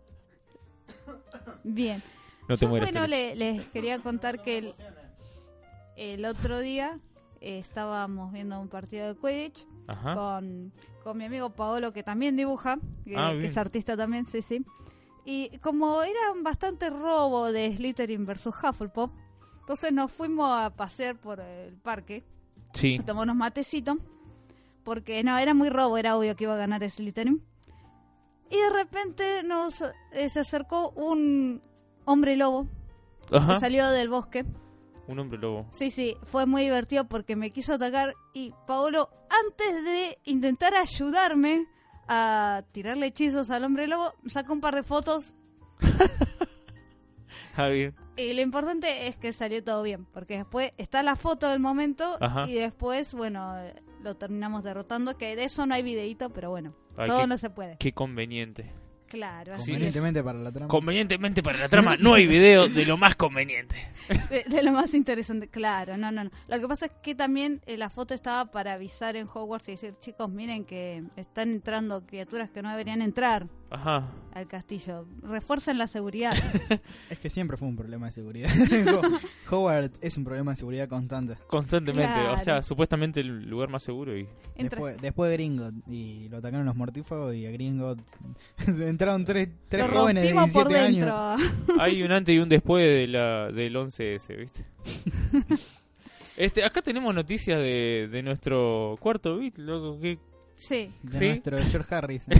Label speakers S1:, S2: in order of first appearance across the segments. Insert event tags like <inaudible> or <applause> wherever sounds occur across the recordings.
S1: Bien.
S2: No te
S1: Yo,
S2: mueras.
S1: bueno,
S2: Tele.
S1: le- les quería contar que el, el otro día eh, estábamos viendo un partido de Quidditch
S2: Ajá.
S1: con, con mi amigo Paolo, que también dibuja, que,
S2: Ah,
S1: que
S2: bien.
S1: es artista también, sí, sí. Y como era un bastante robo de Slytherin versus Hufflepuff, entonces nos fuimos a pasear por el parque
S2: Sí.
S1: me tomó unos matecitos. Porque no, era muy robo, era obvio que iba a ganar Slytherin. Y de repente nos eh, se acercó un hombre lobo que
S2: Ajá.
S1: salió del bosque.
S2: Un hombre lobo.
S1: Sí, sí, fue muy divertido porque me quiso atacar y Paolo, antes de intentar ayudarme a tirarle hechizos al hombre lobo, sacó un par de fotos
S2: Javier.
S1: Y lo importante es que salió todo bien, porque después está la foto del momento
S2: Ajá.
S1: y después, bueno, lo terminamos derrotando, que de eso no hay videito, pero bueno,
S2: Ay,
S1: todo
S2: qué,
S1: no se puede.
S2: qué conveniente.
S1: Claro, así es.
S3: Convenientemente para la trama.
S2: Convenientemente para la trama no hay video de lo más conveniente.
S1: De, de lo más interesante, claro, no, no, no. Lo que pasa es que también eh, la foto estaba para avisar en Hogwarts y decir, chicos, miren que están entrando criaturas que no deberían entrar
S2: Ajá.
S1: al castillo, refuercen la
S3: <laughs>
S1: seguridad.
S3: Es que siempre fue un problema
S2: <laughs>
S3: de seguridad. Howard es un problema de seguridad constante.
S2: Constantemente. O sea,
S1: Claro.
S2: supuestamente el lugar más seguro y...
S1: Entra-
S3: Después, después Gringot y lo atacaron los mortífagos y a <laughs> Gringot entraron tres, tres
S1: lo
S3: jóvenes de
S1: rompimos
S3: 17
S1: por dentro.
S3: años.
S1: <laughs>
S2: Hay un antes y un después de la, del 11S, ¿viste? Este, acá tenemos noticias de, de nuestro cuarto beat, loco. Que,
S1: <laughs> Sí,
S3: De
S2: Sí.
S3: nuestro
S2: <laughs>
S3: George Harris.
S1: sí,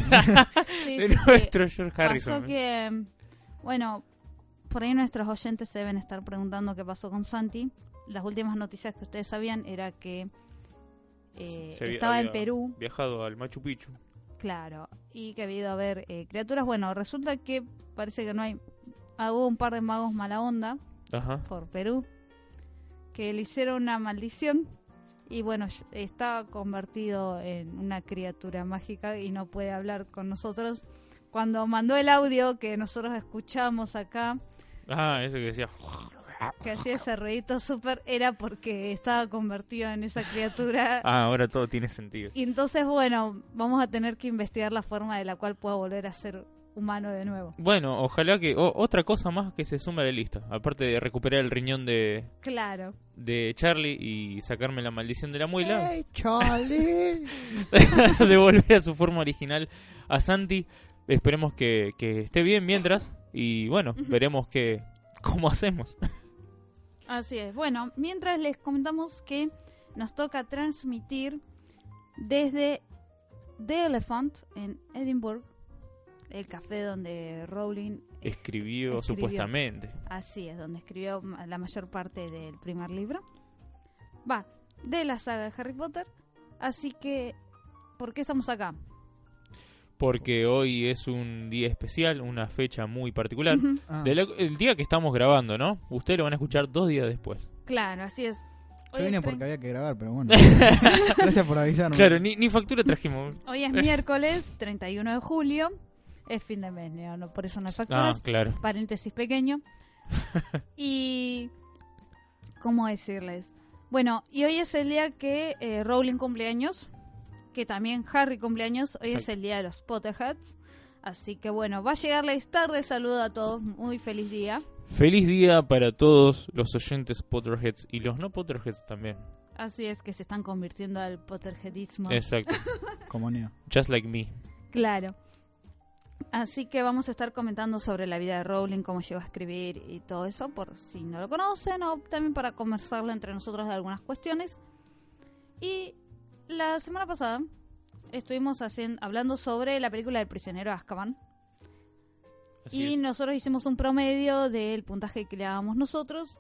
S2: de
S1: sí, sí.
S2: nuestro George
S1: Pasó
S2: Harrison. ¿eh?
S1: que, bueno, por ahí nuestros oyentes se deben estar preguntando qué pasó con Santi. Las últimas noticias que ustedes sabían era que eh,
S2: Se había-
S1: estaba en
S2: había
S1: Perú,
S2: Viajado al Machu Picchu.
S1: claro, y que había ido a ver eh, criaturas. Bueno, resulta que parece que no hay... Hubo un par de magos mala onda
S2: Ajá.
S1: por Perú que le hicieron una maldición y bueno, ll- está convertido en una criatura mágica y no puede hablar con nosotros. Cuando mandó el audio que nosotros escuchamos acá,
S2: Ah, ese que decía.
S1: que hacía ese reíto súper, era porque estaba convertido en esa
S2: <laughs>
S1: criatura.
S2: Ah, ahora todo tiene sentido.
S1: Y entonces, bueno, vamos a tener que investigar la forma de la cual pueda volver a ser humano de nuevo.
S2: Bueno, ojalá que. o- otra cosa más que se suma a la lista. Aparte de recuperar el riñón de,
S1: Claro.
S2: de Charlie y sacarme la maldición de la <laughs> muela.
S3: ¡Hey, Charlie!
S2: de volver a su forma original a Santi. Esperemos que, que esté bien mientras. Y bueno, veremos que, cómo hacemos.
S1: Así es. Bueno, mientras les comentamos que nos toca transmitir desde The Elephant en Edinburgh, el café donde Rowling, eh,
S2: Escribió,
S1: Escribió.
S2: supuestamente.
S1: así es, donde escribió ma- la mayor parte del primer libro, va, de la saga de Harry Potter. Así que, ¿por qué estamos acá?
S2: Porque hoy es un día especial, una fecha muy particular.
S1: Ujú.
S3: <laughs> Ah,
S2: De lo- el día que estamos grabando, ¿no? Ustedes lo van a escuchar dos días después.
S1: Claro, así es. Hoy
S3: yo vine
S1: es,
S3: porque
S1: tre-
S3: había que grabar,
S2: <laughs>
S3: pero bueno. Gracias por avisarme.
S2: Claro, ni, ni factura trajimos.
S1: hoy es miércoles 31 de julio. Es fin de mes, Leo, no, por eso no hay
S2: Ah,
S1: facturas.
S2: claro.
S1: paréntesis pequeño. y. ¿Cómo decirles? Bueno, y hoy es el día que eh, Rowling cumpleaños, que también Harry cumpleaños, hoy es
S2: Exacto.
S1: el día de los Potterheads. Así que bueno, va a llegarles tarde, saludo a todos, muy feliz día.
S2: Feliz día para todos los oyentes Potterheads y los no Potterheads también.
S1: Así es que se están convirtiendo al Potterheadismo. <laughs>
S2: Exacto.
S3: Como neo.
S2: Just like me.
S1: Claro. Así que vamos a estar comentando sobre la vida de Rowling, cómo llegó a escribir y todo eso, por si no lo conocen, o también para conversarlo entre nosotros de algunas cuestiones. Y la semana pasada estuvimos hacien- hablando sobre la película El prisionero de Azkaban.
S2: Así
S1: y
S2: es.
S1: nosotros hicimos un promedio del puntaje que le dábamos nosotros.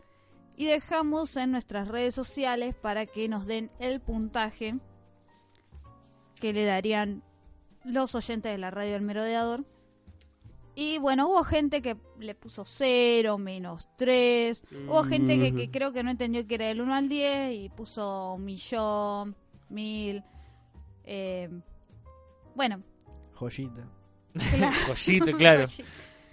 S1: Y dejamos en nuestras redes sociales para que nos den el puntaje que le darían los oyentes de la radio del merodeador. Y bueno, hubo gente que le puso 0, menos 3. Hubo gente que,
S2: Mm.
S1: que creo que no entendió que era del 1 al 10 y puso un millón, mil. eh, bueno,
S3: Joyita.
S1: claro.
S2: <laughs> Joyita,
S1: <laughs>
S2: claro.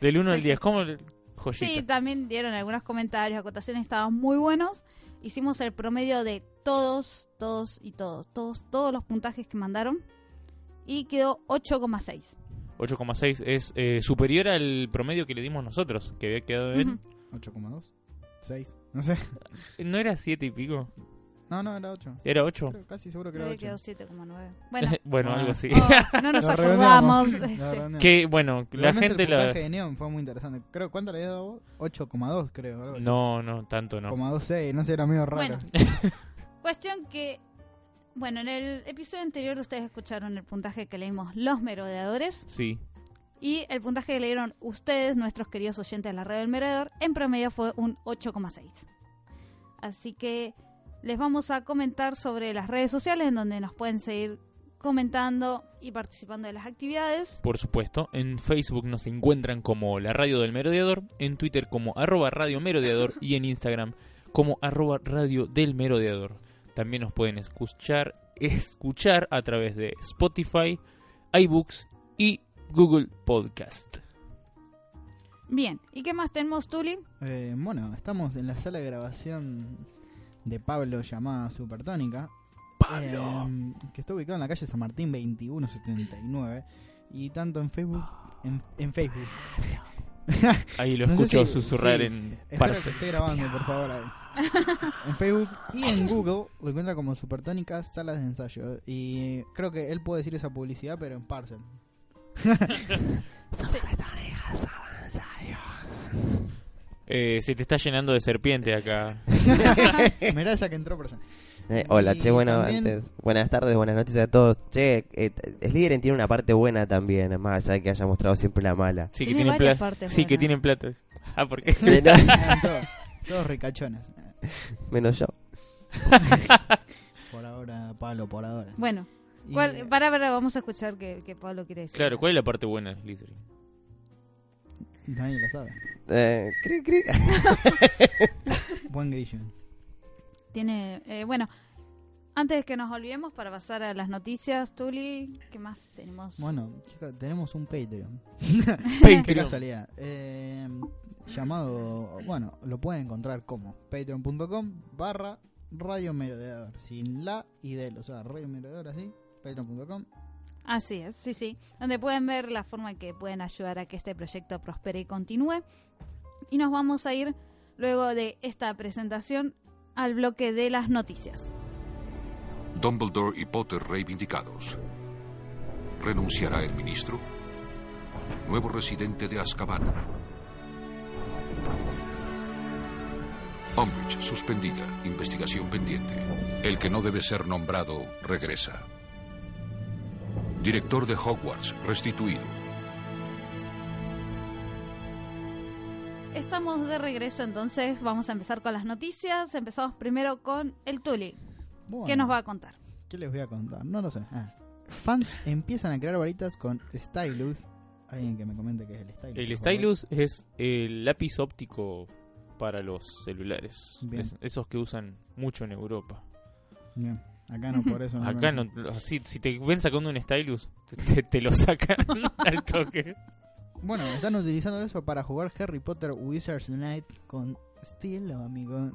S2: Del 1 al 10. ¿Cómo? le- Joyita.
S1: Sí, también dieron algunos comentarios, acotaciones, estaban muy buenos. Hicimos el promedio de todos, todos y todos, todos, todos los puntajes que mandaron. Y quedó 8,6.
S2: 8,6 es eh, superior al promedio que le dimos nosotros, que había quedado en...
S1: Ujú.
S3: 8,2. 6. No sé.
S2: ¿No era 7 y pico?
S3: No, no, era 8.
S2: ¿Era 8?
S3: casi seguro que
S1: Creo
S3: era
S1: que
S3: 8.
S1: quedó 7,9.
S2: <laughs>
S1: Bueno,
S2: bueno,
S3: Ah.
S2: algo así.
S1: oh, no nos acordamos. este,
S2: Que, bueno, la gente
S3: el
S2: la...
S3: puntaje de Neon fue muy interesante. Creo, ¿Cuánto le habías dado vos? 8,2 creo. algo así.
S2: No, no, tanto no.
S3: Como 2,6. No sé, era medio raro.
S1: Bueno. Cuestión que, bueno, en el episodio anterior ustedes escucharon el puntaje que leímos los merodeadores
S2: Sí.
S1: y el puntaje que leyeron ustedes, nuestros queridos oyentes de la red del merodeador, en promedio fue un 8,6. Así que les vamos a comentar sobre las redes sociales en donde nos pueden seguir comentando y participando de las actividades.
S2: Por supuesto, en Facebook nos encuentran como la radio del merodeador, en Twitter como arroba radio merodeador y en Instagram como arroba radio del merodeador. También nos pueden escuchar, escuchar a través de Spotify, iBooks y Google Podcast.
S1: Bien, ¿y qué más tenemos, Tuli?
S3: Eh, bueno, estamos en la sala de grabación de Pablo llamada Supertónica.
S2: ¡Pablo!
S3: eh, que está ubicado en la calle San Martín 2179. Y tanto en Facebook. En, en Facebook.
S2: Ahí lo
S3: No sé
S2: escucho
S3: si-
S2: susurrar
S3: sí,
S2: en
S3: Espero que
S2: Parcel.
S3: esté grabando, por favor. ahí. En Facebook y en Google lo encuentra como Supertónica Salas de Ensayo. Y creo que él puede decir esa publicidad, pero en Parcel.
S2: Eh, se te está llenando de serpiente acá.
S3: Mirá esa que entró por allá.
S4: Eh, hola,
S3: Y
S4: che, bueno,
S3: también-
S4: antes, buenas tardes, buenas noches a todos. Che, eh, Slytherin tiene una parte buena también, más allá de que haya mostrado siempre
S2: <laughs>
S4: la mala.
S2: Sí,
S1: Tiene
S2: que tienen
S1: varias
S2: plata.
S1: partes
S2: Sí, que
S1: buenas.
S2: tienen plata. Ah, ¿por qué?
S4: Eh, no,
S3: Eran todos, todos ricachones.
S4: menos yo.
S3: Por ahora, Pablo, por ahora.
S1: Bueno,
S3: Y, eh,
S1: ¿cuál, para, para, vamos a escuchar que, que Pablo quiere decir.
S2: Claro, ¿cuál es la parte buena
S1: <laughs>
S2: de Slytherin?
S3: Nadie lo sabe.
S4: Eh, cri, cri.
S3: Buen grillo.
S1: Tiene, eh, bueno, antes que nos olvidemos para pasar a las noticias, Tuli, ¿qué más tenemos?
S3: Bueno, chicos, tenemos un Patreon. Qué
S2: Patreon.
S3: casualidad. Eh, llamado, bueno, lo pueden encontrar como patreon.com barra Radio Merodeador. Sin la y del, o sea, Radio Merodeador así, patreon.com.
S1: Así es, sí, sí. Donde pueden ver la forma en que pueden ayudar a que este proyecto prospere y continúe. Y nos vamos a ir luego de esta presentación al bloque de las noticias.
S5: Dumbledore y Potter reivindicados. ¿Renunciará el ministro? Nuevo residente de Azkaban. Umbridge suspendida, investigación pendiente. El que no debe ser nombrado regresa. Director de Hogwarts restituido.
S1: Estamos de regreso, entonces vamos a empezar con las noticias. Empezamos primero con el Tuli.
S3: Bueno,
S1: ¿Qué nos va a contar?
S3: ¿Qué les voy a contar? No lo sé. Ah, fans <laughs> empiezan a crear varitas con Stylus. Alguien que me comente qué es el
S2: El
S3: Stylus. por favor.
S2: Stylus es el lápiz óptico para los celulares.
S3: Bien.
S2: Es- esos que usan mucho en Europa.
S3: Bien, Acá no,
S2: <laughs>
S3: por eso no.
S2: Acá no, así, si te ven sacando un Stylus, te, te lo
S3: <laughs>
S2: sacan al toque.
S3: Bueno, están utilizando eso para jugar Harry Potter Wizards Night con estilo, amigo.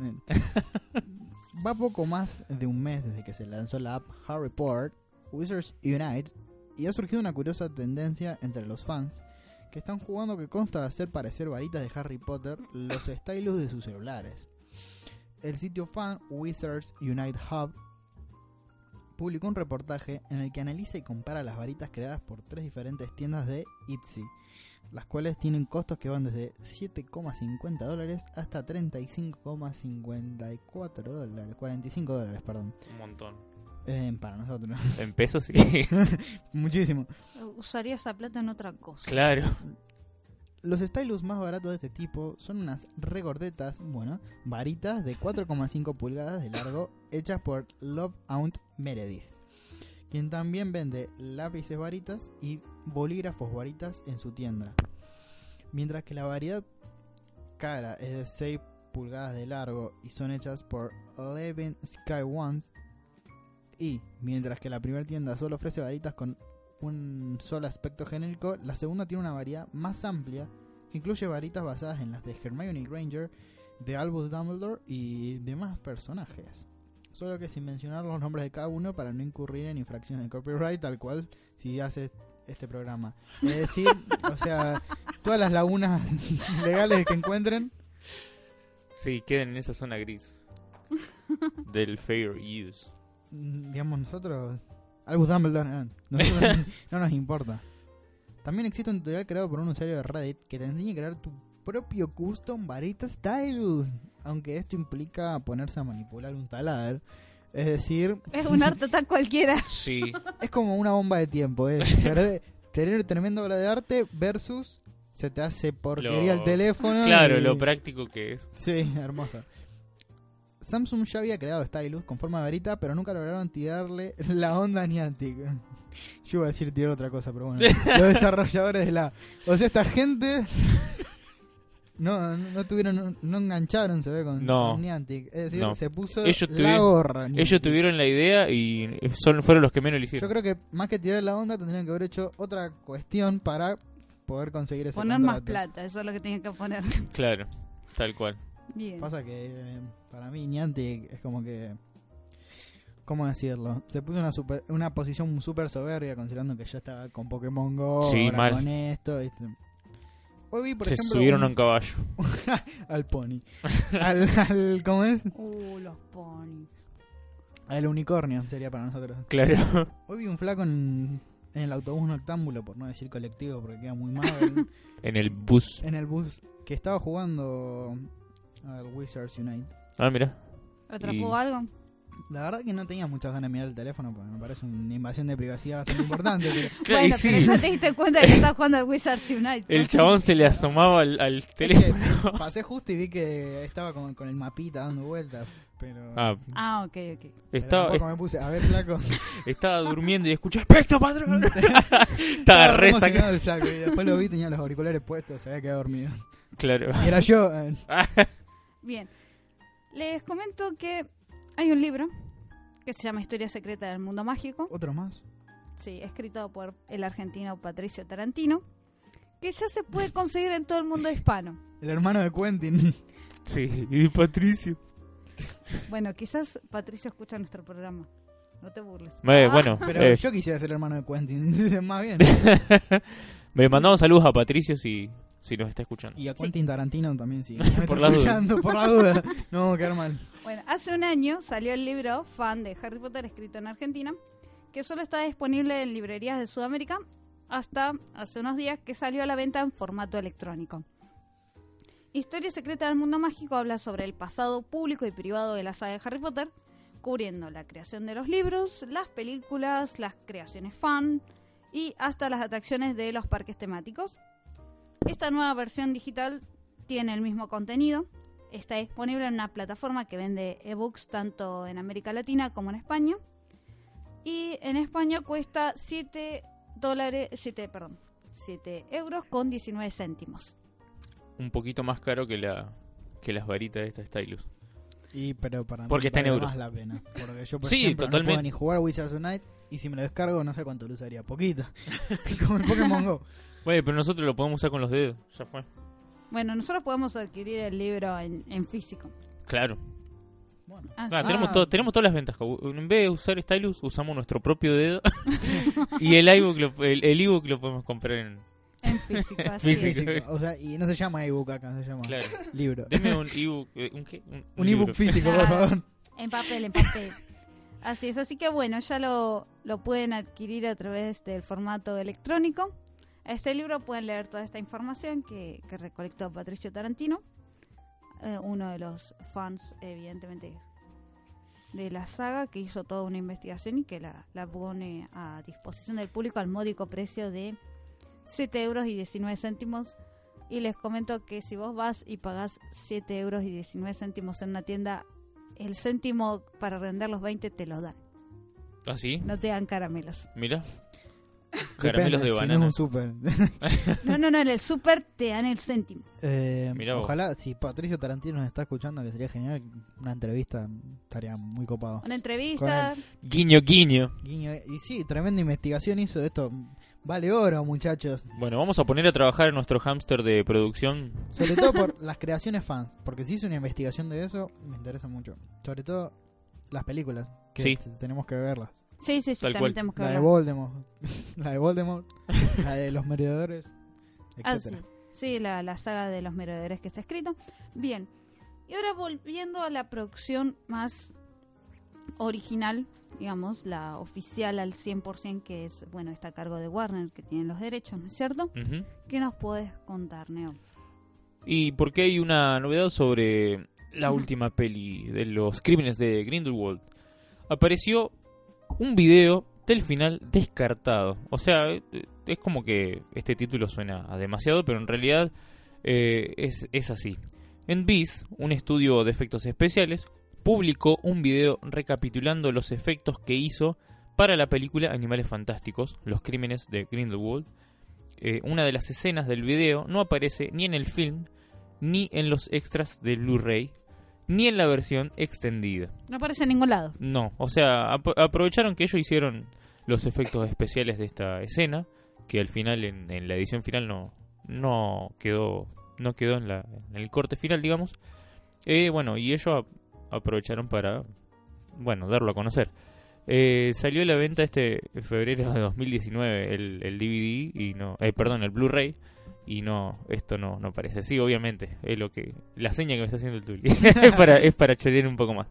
S3: Va poco más de un mes desde que se lanzó la app Harry Potter Wizards Unite y ha surgido una curiosa tendencia entre los fans que están jugando que consta de hacer parecer varitas de Harry Potter los stylus de sus celulares. El sitio fan Wizards Unite Hub publicó un reportaje en el que analiza y compara las varitas creadas por tres diferentes tiendas de Etsy, las cuales tienen costos que van desde 7,50 dólares hasta 35,54 dólares, 45 dólares, perdón,
S2: Un montón.
S3: Eh, para nosotros. <laughs>
S2: En pesos sí.
S3: Muchísimo.
S1: Usaría esa plata en otra cosa.
S2: claro.
S3: Los stylus más baratos de este tipo son unas regordetas, bueno, varitas de 4,5 pulgadas de largo hechas por Love Aunt Meredith, quien también vende lápices varitas y bolígrafos varitas en su tienda. Mientras que la variedad cara es de 6 pulgadas de largo y son hechas por Eleven Sky Ones. Y mientras que la primera tienda solo ofrece varitas con un solo aspecto genérico, la segunda tiene una variedad más amplia que incluye varitas basadas en las de Hermione Granger, de Albus Dumbledore y demás personajes. Solo que sin mencionar los nombres de cada uno para no incurrir en infracciones de copyright, tal cual si haces este programa. Es decir, o sea, todas las lagunas <laughs> legales que encuentren.
S2: Sí, quedan en esa zona
S3: <laughs>
S2: gris. Del fair use.
S3: mm, digamos, nosotros, Albus Dumbledore, eh, nosotros
S2: <laughs>
S3: no nos importa. También existe un tutorial creado por un usuario de Reddit que te enseña a crear tu propio custom varita stylus. Aunque esto implica ponerse a manipular un taladro. Es decir,
S1: Es un arte tan
S2: <laughs>
S1: cualquiera.
S2: Sí.
S3: es como una bomba de
S2: <laughs>
S3: tiempo. Es perder- tener tremenda obra de arte versus se te hace porquería
S2: Lo-
S3: el teléfono.
S2: Claro,
S3: y-
S2: lo práctico que es.
S3: Sí, <laughs> hermosa. Samsung ya había creado Stylus con forma de varita, pero nunca lograron tirarle la onda Niantic. Yo iba a decir tirar otra cosa, pero bueno.
S2: <laughs>
S3: Los desarrolladores de la... O sea, esta gente... No, no tuvieron, no, engancharon, se ve, con,
S2: No.
S3: con Niantic. Es decir,
S2: No.
S3: se puso
S2: Ellos
S3: la
S2: tuvi-
S3: gorra. Niantic.
S2: Ellos tuvieron la idea y eh, son, fueron los que menos lo
S3: Yo
S2: hicieron.
S3: creo que más que tirar la onda, tendrían que haber hecho otra cuestión para poder conseguir ese
S1: Poner más
S3: contrato.
S1: plata, eso es lo que tienen que poner.
S2: Claro, tal cual.
S1: Bien.
S3: Pasa que eh, para mí Niantic es como que... ¿Cómo decirlo? Se puso en una, super- una posición súper soberbia considerando que ya estaba con Pokémon Go,
S2: Sí,
S3: ahora
S2: mal.
S3: con esto. ¿viste? Hoy vi, por
S2: Se
S3: ejemplo,
S2: subieron a un
S3: un-
S2: caballo. <laughs>
S3: <laughs> al Pony. al, al- ¿Cómo es?
S1: Uh, los ponis.
S3: Al unicornio sería para nosotros.
S2: Claro.
S3: Hoy vi un flaco en, en el autobús noctámbulo, por no decir colectivo, porque queda muy mal.
S2: <laughs>
S3: en,
S2: En el bus.
S3: en el bus que estaba jugando al Wizards Unite.
S2: Ah, mira.
S1: ¿Atrapó
S2: Y-
S1: algo?
S3: La verdad que no tenía muchas ganas de mirar el teléfono porque me parece una invasión de
S2: <laughs>
S3: privacidad bastante importante. pero-
S2: Claro, y
S1: bueno, pero
S2: sí.
S1: ya te diste cuenta de que estás jugando al Wizards Unite.
S2: <laughs> El chabón se le asomaba al, al teléfono.
S3: Pasé justo y vi que estaba con, con el mapita dando vueltas, pero...
S2: Ah,
S1: Ah, ok, ok.
S3: pero
S2: estaba,
S3: tampoco me puse, a
S2: <laughs>
S3: ver, flaco.
S2: estaba durmiendo y escuchaba ¡Espectro, patrón! estaba
S3: re
S2: re sacado.
S3: emocionado el flaco y después lo vi, tenía los auriculares puestos, se había
S2: <laughs>
S3: quedado dormido.
S2: Claro.
S3: Y era yo. eh,
S1: Bien. Les comento que hay un libro que se llama Historia Secreta del Mundo Mágico.
S3: Otro más.
S1: Sí, escrito por el argentino Patricio Tarantino. Que ya se puede conseguir en todo el mundo hispano.
S3: El hermano de
S2: <laughs>
S3: Quentin.
S2: Sí, y Patricio.
S1: Bueno, quizás Patricio escucha nuestro programa. No te burles.
S2: Eh,
S1: Ah,
S2: bueno,
S3: Pero
S2: eh,
S3: yo quisiera ser el hermano de Quentin, <laughs>
S2: <laughs>
S3: más bien.
S2: me mandamos saludos a Patricio si, si nos está escuchando.
S3: Y a
S1: Sí.
S3: Quentin Tarantino también, sí. Me
S2: <laughs>
S3: está
S2: Por la duda.
S3: escuchando, Por la duda. No, vamos a quedar mal.
S1: Bueno, hace un año salió el libro Fan de Harry Potter escrito en Argentina, que solo está disponible en librerías de Sudamérica hasta hace unos días que salió a la venta en formato electrónico. Historia Secreta del Mundo Mágico habla sobre el pasado público y privado de la saga de Harry Potter, cubriendo la creación de los libros, las películas, las creaciones fan y hasta las atracciones de los parques temáticos. Esta nueva versión digital tiene el mismo contenido, está disponible en una plataforma que vende ebooks tanto en América Latina como en España. Y en España cuesta 7 dólares, 7, perdón, 7 euros con 19 céntimos.
S2: Un poquito más caro que la que las varitas de esta Stylus.
S3: Y, pero para mí
S2: Porque está en
S3: vale
S2: euros.
S3: más la pena. Porque yo, por
S2: Sí,
S3: ejemplo, no
S2: totalmente.
S3: puedo ni jugar Wizards Unite. Y si me lo descargo, no sé cuánto lo usaría. Poquito. <laughs> Como el Pokémon Go.
S2: Bueno, pero nosotros lo podemos usar con los dedos. Ya fue.
S1: Bueno, nosotros podemos adquirir el libro en, en físico.
S2: Claro.
S3: Bueno,
S1: Así-
S2: Ah, tenemos,
S3: Ah.
S2: todo- tenemos todas las ventajas. U- En vez de usar Stylus, usamos nuestro propio dedo. <laughs> y el ebook lo, el, el ebook lo podemos comprar en.
S1: Ah, En físico, <laughs> así es.
S2: Físico.
S3: físico. O sea, y no se llama ebook acá, se llama
S2: Claro.
S3: libro.
S2: <laughs> Deme un ebook. eh, ¿Un qué? Un,
S3: <laughs> Un ebook
S2: libro.
S3: físico, por
S1: Claro.
S3: favor.
S1: En papel, en papel. Así es, así que bueno, ya lo, lo pueden adquirir a través del formato electrónico. A este libro pueden leer toda esta información que, que recolectó Patricio Tarantino, eh, uno de los fans, evidentemente, de la saga, que hizo toda una investigación y que la, la pone a disposición del público al módico precio de 7 euros y 19 céntimos. Y les comento que si vos vas y pagás 7 euros y 19 céntimos en una tienda el céntimo para render los 20 te lo dan.
S2: ¿Ah, sí?
S1: No te dan caramelos.
S2: Mira. Caramelos
S3: Depende,
S2: de
S3: si no es
S2: banana.
S3: un súper.
S1: No, no, no, en el súper te dan el céntimo.
S3: <laughs> Eh,
S2: Mirá vos.
S3: ojalá, si Patricio Tarantino nos está escuchando, que sería genial, una entrevista estaría muy copado.
S1: Una entrevista.
S2: Guiño, guiño.
S3: Guiño, eh, y sí, tremenda investigación hizo de esto. Vale oro, muchachos.
S2: Bueno, vamos a poner a trabajar a nuestro hámster de producción.
S3: Sobre todo por las creaciones fans, porque si hizo una investigación de eso, me interesa mucho. Sobre todo las películas, que
S2: Sí.
S3: t- tenemos que verlas.
S1: Sí, sí, sí,
S2: Tal
S1: también
S2: cual.
S1: tenemos que
S3: La de
S1: hablar.
S3: Voldemort, <laughs> la de Voldemort, la de los merodeadores,
S1: Ah, sí,
S3: etcétera.
S1: Sí, la, la saga de los merodeadores que está escrito. Bien. Y ahora volviendo a la producción más original, digamos, la oficial al 100%, que es, bueno, está a cargo de Warner, que tiene los derechos, ¿no es cierto?
S2: Ujú.
S1: ¿Qué nos puedes contar, Neo?
S2: ¿Y por qué hay una novedad sobre la última peli de los crímenes de Grindelwald? Apareció un video del final descartado. O sea, eh, es como que este título suena a demasiado, pero en realidad eh, es, es así. En Viz, un estudio de efectos especiales, publicó un video recapitulando los efectos que hizo para la película Animales Fantásticos, Los Crímenes de Grindelwald. Eh, una de las escenas del video no aparece ni en el film, ni en los extras del Blu-ray, ni en la versión extendida.
S1: No aparece en ningún lado.
S2: No, o sea, apro- aprovecharon que ellos hicieron los efectos especiales de esta escena, que al final en, en la edición final no, no quedó, no quedó en, la, en el corte final, digamos. Eh, bueno, y ellos ap- aprovecharon para, bueno, darlo a conocer. Eh, salió a la venta este febrero de 2019 el, el DVD y no, eh, perdón, el Blu-ray y no, esto no, no parece <laughs> así, obviamente es lo que la seña que me está haciendo el Tuli es para es para chorear un poco más.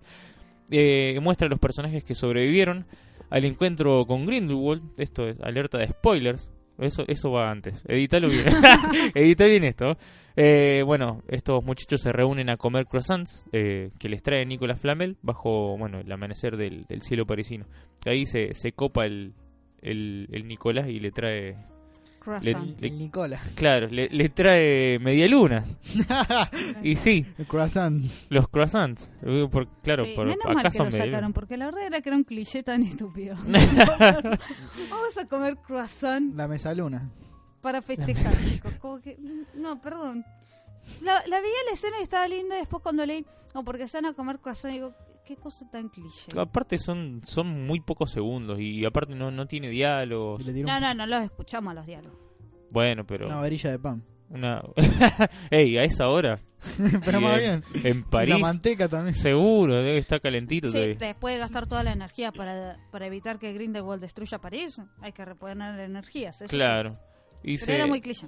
S2: eh, muestra a los personajes que sobrevivieron al encuentro con Grindelwald. Esto es alerta de spoilers. Eso, eso va antes. Editalo
S1: <laughs>
S2: bien. <laughs> Edita bien esto. Eh, bueno, estos muchachos se reúnen a comer croissants eh, que les trae Nicolas Flamel bajo bueno el amanecer del, del cielo parisino. Ahí se, se copa el, el, el Nicolás y le trae.
S1: Croissant.
S3: El,
S2: <laughs>
S3: el Nicola.
S2: Claro, le, le trae media luna. Y sí,
S3: el croissant.
S2: los croissants. Eh, por- claro,
S1: Sí,
S2: por,
S1: menos mal
S2: acá
S1: que
S2: son
S1: lo
S2: media luna.
S1: sacaron, porque la verdad era que era un cliché tan
S2: <laughs>
S1: estúpido. <laughs> Vamos a comer croissant
S3: La mesaluna.
S1: para festejar. chicos, como que- no, perdón. La, la veía la escena y estaba linda, y después cuando leí, no, porque se van a comer croissant, digo, qué cosa tan cliché.
S2: Aparte son, son muy pocos segundos y aparte no, no tiene
S3: Y
S2: diálogos.
S3: le tiró
S1: No,
S3: un-
S1: no, no los escuchamos los diálogos.
S2: Bueno, pero...
S3: una varilla de pan.
S2: Una... <laughs> Ey, a esa hora.
S3: <laughs> Pero
S2: y
S3: más
S2: en- En
S3: bien. Y La
S2: eh, París.
S3: manteca también.
S2: Seguro, debe estar calentito.
S1: Sí,
S2: todavía.
S1: después de gastar toda la energía para, para evitar que Grindelwald destruya París, hay que reponer energías. eso sí.
S2: Claro. Eh, Y
S1: Pero
S2: se-
S1: era
S2: <laughs>
S1: muy cliché.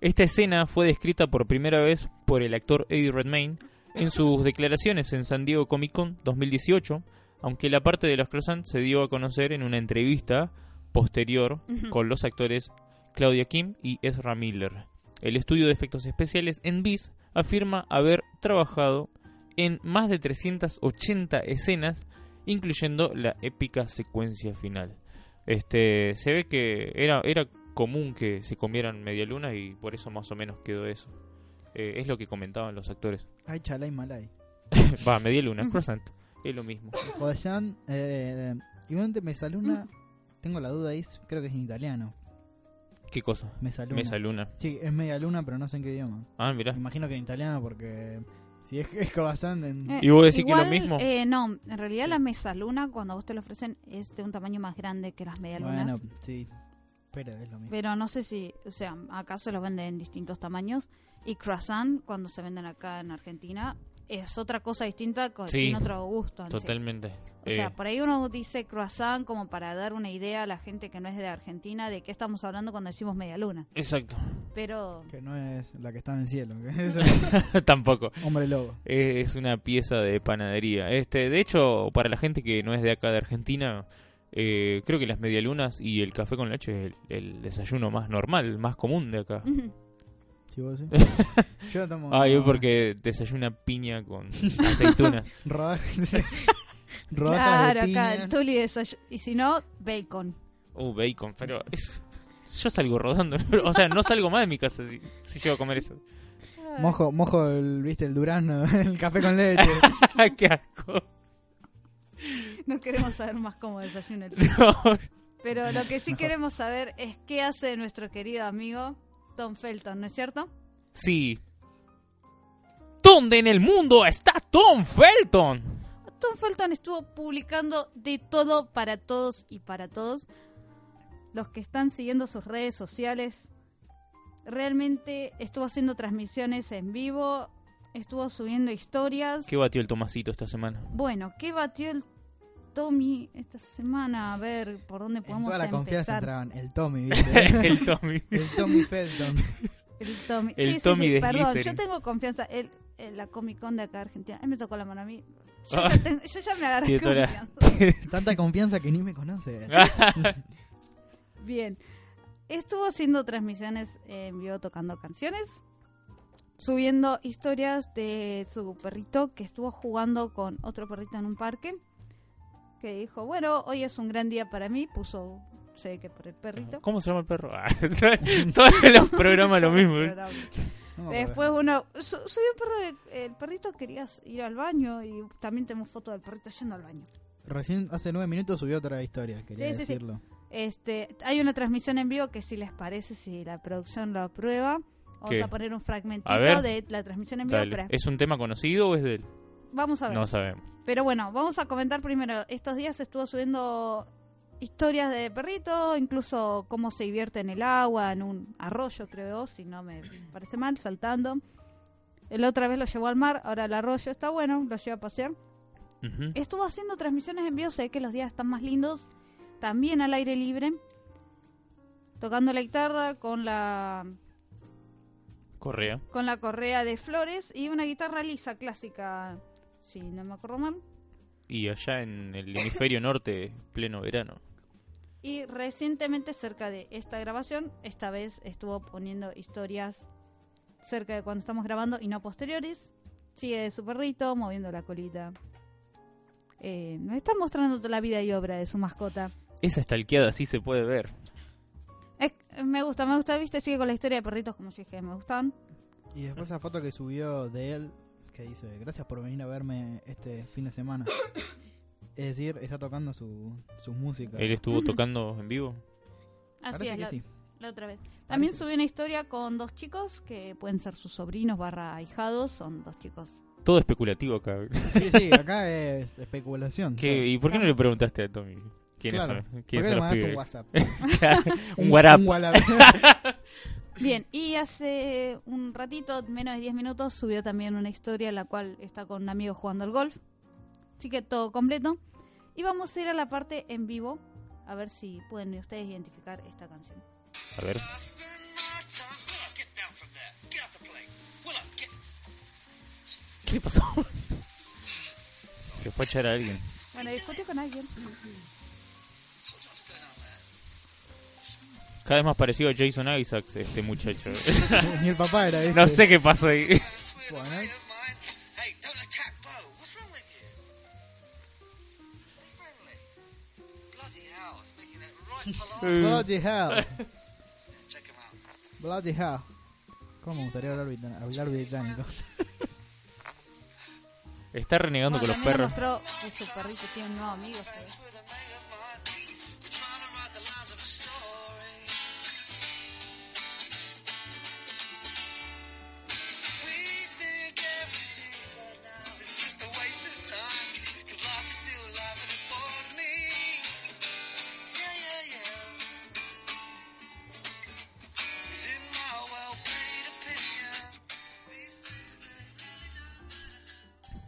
S2: Esta escena fue descrita por primera vez por el actor Eddie Redmayne en sus declaraciones en San Diego Comic Con 2018, aunque la parte de los croissants se dio a conocer en una entrevista posterior
S1: Ujú.
S2: con los actores Claudia Kim y Ezra Miller. El estudio de efectos especiales Envis afirma haber trabajado en más de 380 escenas, incluyendo la épica secuencia final. Este, se ve que era, era común que se comieran medialunas y por eso más o menos quedó eso. Eh, es lo que comentaban los actores. <coughs>
S3: Ay, chalay, malay.
S2: Va, medialuna, croissant. Es lo mismo.
S3: Croissant. Eh, igualmente, mesaluna.
S1: Mm.
S3: Tengo la duda ahí. Creo que es en italiano.
S2: ¿Qué cosa?
S3: Mesaluna.
S2: Mesaluna.
S3: Sí, es media luna, pero no sé en qué idioma.
S2: Ah, mirá.
S3: Me imagino que en italiano, porque si es, es croissant en.
S1: Eh,
S2: ¿Y vos decís que
S1: igual,
S2: lo mismo?
S1: eh, no, en realidad la mesaluna, cuando a vos te lo ofrecen, es de un tamaño más grande que las medialunas.
S3: Bueno, sí. Pero es lo mismo.
S1: Pero no sé si, o sea, acá se los venden en distintos tamaños. Y croissant, cuando se venden acá en Argentina, es otra cosa distinta, con
S2: Sí.
S1: tiene otro gusto. en sí.
S2: Totalmente.
S1: O sea,
S2: Eh,
S1: por ahí uno dice croissant como para dar una idea a la gente que no es de Argentina de qué estamos hablando cuando decimos medialuna.
S2: exacto. <laughs>
S1: Pero <laughs>
S3: Que no es la que está en el cielo. Que es
S2: Tampoco.
S3: hombre lobo.
S2: Eh, Es una pieza de panadería. Este, de hecho, para la gente que no es de acá de Argentina, eh, creo que las medialunas y el café con leche es el, el desayuno más normal, más común de acá.
S3: Si vos sí.
S2: <laughs>
S3: Yo no tomo.
S2: Ah, yo porque desayuna piña con <laughs> aceitunas.
S3: Rodajas, rodajas
S1: <laughs> claro,
S3: de
S1: acá
S3: piña.
S1: el Tuli desay- y si no, bacon.
S2: Uh, bacon, pero es- yo salgo rodando. O sea, no salgo más de mi casa si, si llego a comer eso. <laughs>
S3: Mojo, mojo el, viste, el durazno, <laughs> el café con leche.
S2: ¡Qué asco!
S1: No queremos saber más cómo desayuna el Tuli.
S2: No.
S1: Pero lo que sí queremos saber es qué hace nuestro querido amigo Tom Felton, ¿no es cierto?
S2: Sí. ¿Dónde en el mundo está Tom Felton?
S1: Tom Felton estuvo publicando de todo para todos y para todos. Los que están siguiendo sus redes sociales, realmente estuvo haciendo transmisiones en vivo, estuvo subiendo historias.
S2: ¿Qué batió el Tomasito esta <laughs> semana?
S1: Bueno, ¿qué batió el Tommy esta semana? A ver, ¿por dónde
S3: En
S1: podemos
S3: toda la confianza
S1: empezar?
S3: entraban. El Tommy,
S2: <laughs>
S3: viste.
S2: el <laughs> Tommy.
S3: el Tommy Felton.
S1: El Tommy.
S2: El
S1: sí, sí,
S2: Tommy
S1: sí,
S2: de
S1: perdón,
S2: Slytherin.
S1: yo tengo confianza. El, el- la Comic Con de acá Argentina. Ay, me tocó la mano a mí. Yo,
S2: Ah.
S1: ya, tengo- yo ya me agarré
S2: Tiene toda la-
S1: confianza.
S3: Tanta confianza que ni me conoce.
S1: Bien. Estuvo haciendo transmisiones en vivo tocando canciones, subiendo historias de su perrito que estuvo jugando con otro perrito en un parque, que dijo, bueno, hoy es un gran día para mí, puso, sé que por el perrito.
S2: ¿Cómo se llama el perro? <laughs> Ah, Todos los programas lo mismo. ¿eh?
S1: Pero
S3: No me acuerdo.
S1: Después uno, su- subió un perro, de- el perrito quería ir al baño y también tenemos foto del perrito yendo al baño.
S3: Recién hace nueve minutos subió otra historia, quería
S1: Sí, sí, sí.
S3: decirlo.
S1: Este, hay una transmisión en vivo que si les parece, si la producción lo aprueba, vamos
S2: ¿Qué?
S1: a poner un
S2: A
S1: fragmentito
S2: ver.
S1: de la transmisión en vivo.
S2: Dale.
S1: para-
S2: ¿Es un tema conocido o es de él?
S1: Vamos a ver.
S2: No sabemos.
S1: Pero bueno, vamos a comentar primero. Estos días estuvo subiendo historias de perrito, incluso cómo se divierte en el agua, en un arroyo, creo, si no me parece mal, saltando. La otra vez lo llevó al mar, ahora el arroyo está bueno, lo lleva a pasear.
S2: Ujú.
S1: Estuvo haciendo transmisiones en vivo, sé que los días están más lindos, también al aire libre, tocando la guitarra con la
S2: Correa.
S1: con la correa de flores y una guitarra lisa clásica, si no me acuerdo mal.
S2: y allá en el hemisferio norte, pleno verano.
S1: Y recientemente, cerca de esta grabación, esta vez estuvo poniendo historias cerca de cuando estamos grabando y no posteriores. Sigue de su perrito, moviendo la colita. Eh, nos está mostrando toda la vida y obra de su mascota.
S2: Esa estalqueada sí se puede ver.
S1: Es- me gusta, me gusta, viste, sigue con la historia de perritos como yo dije, me gustan.
S3: Y después esa foto que subió de él, que dice, gracias por venir a verme este fin de semana. es decir, está tocando su, su música.
S2: Él estuvo
S1: Ujú.
S2: tocando en vivo.
S1: Así
S3: Parece
S1: es,
S3: que
S1: la,
S3: sí.
S1: la otra vez. También
S3: que
S1: subí una historia con dos chicos que pueden ser sus sobrinos barra ahijados, son dos chicos.
S2: Todo especulativo acá.
S3: Sí, sí, acá es especulación.
S2: ¿Qué- ¿Y por qué no le preguntaste a Tommy quiénes
S3: Claro.
S2: son,
S3: ¿Por
S2: quiénes
S3: qué
S2: son
S3: le
S2: los
S3: mandaste un
S2: pibes?
S3: WhatsApp?
S2: <laughs> un WhatsApp.
S3: Un WhatsApp.
S1: Bien, y hace un ratito, menos de 10 minutos, subió también una historia en la cual está con un amigo jugando al golf. Así que todo completo. Y vamos a ir a la parte en vivo, a ver si pueden ustedes identificar esta canción.
S2: A ver. ¿Qué le pasó? <laughs> Se fue a echar a alguien.
S1: Bueno, discutió con alguien.
S2: Cada vez más parecido a Jason Isaacs este <laughs> muchacho.
S3: Ni el papá era este.
S2: no sé qué pasó ahí.
S3: Bueno,
S6: Hey, don't attack Bo. What's wrong with you? Be friendly. Bloody hell, it's making it right polite.
S3: bloody hell.
S6: Check him out.
S3: Bloody hell. ¿Cómo me gustaría hablar, brita- hablar británico?
S2: Está renegando con
S1: Bueno,
S2: los
S1: también
S2: perros.
S1: mostró que su perrito tiene un nuevo amigo. este. esta vez.
S6: With a mate of mine, we're trying to write the lines of a story. We think everything's right now. It's just a waste of time. Cause life is still alive and it bores me. Yeah, yeah, yeah. It's in my well paid opinion. These things they really don't matter.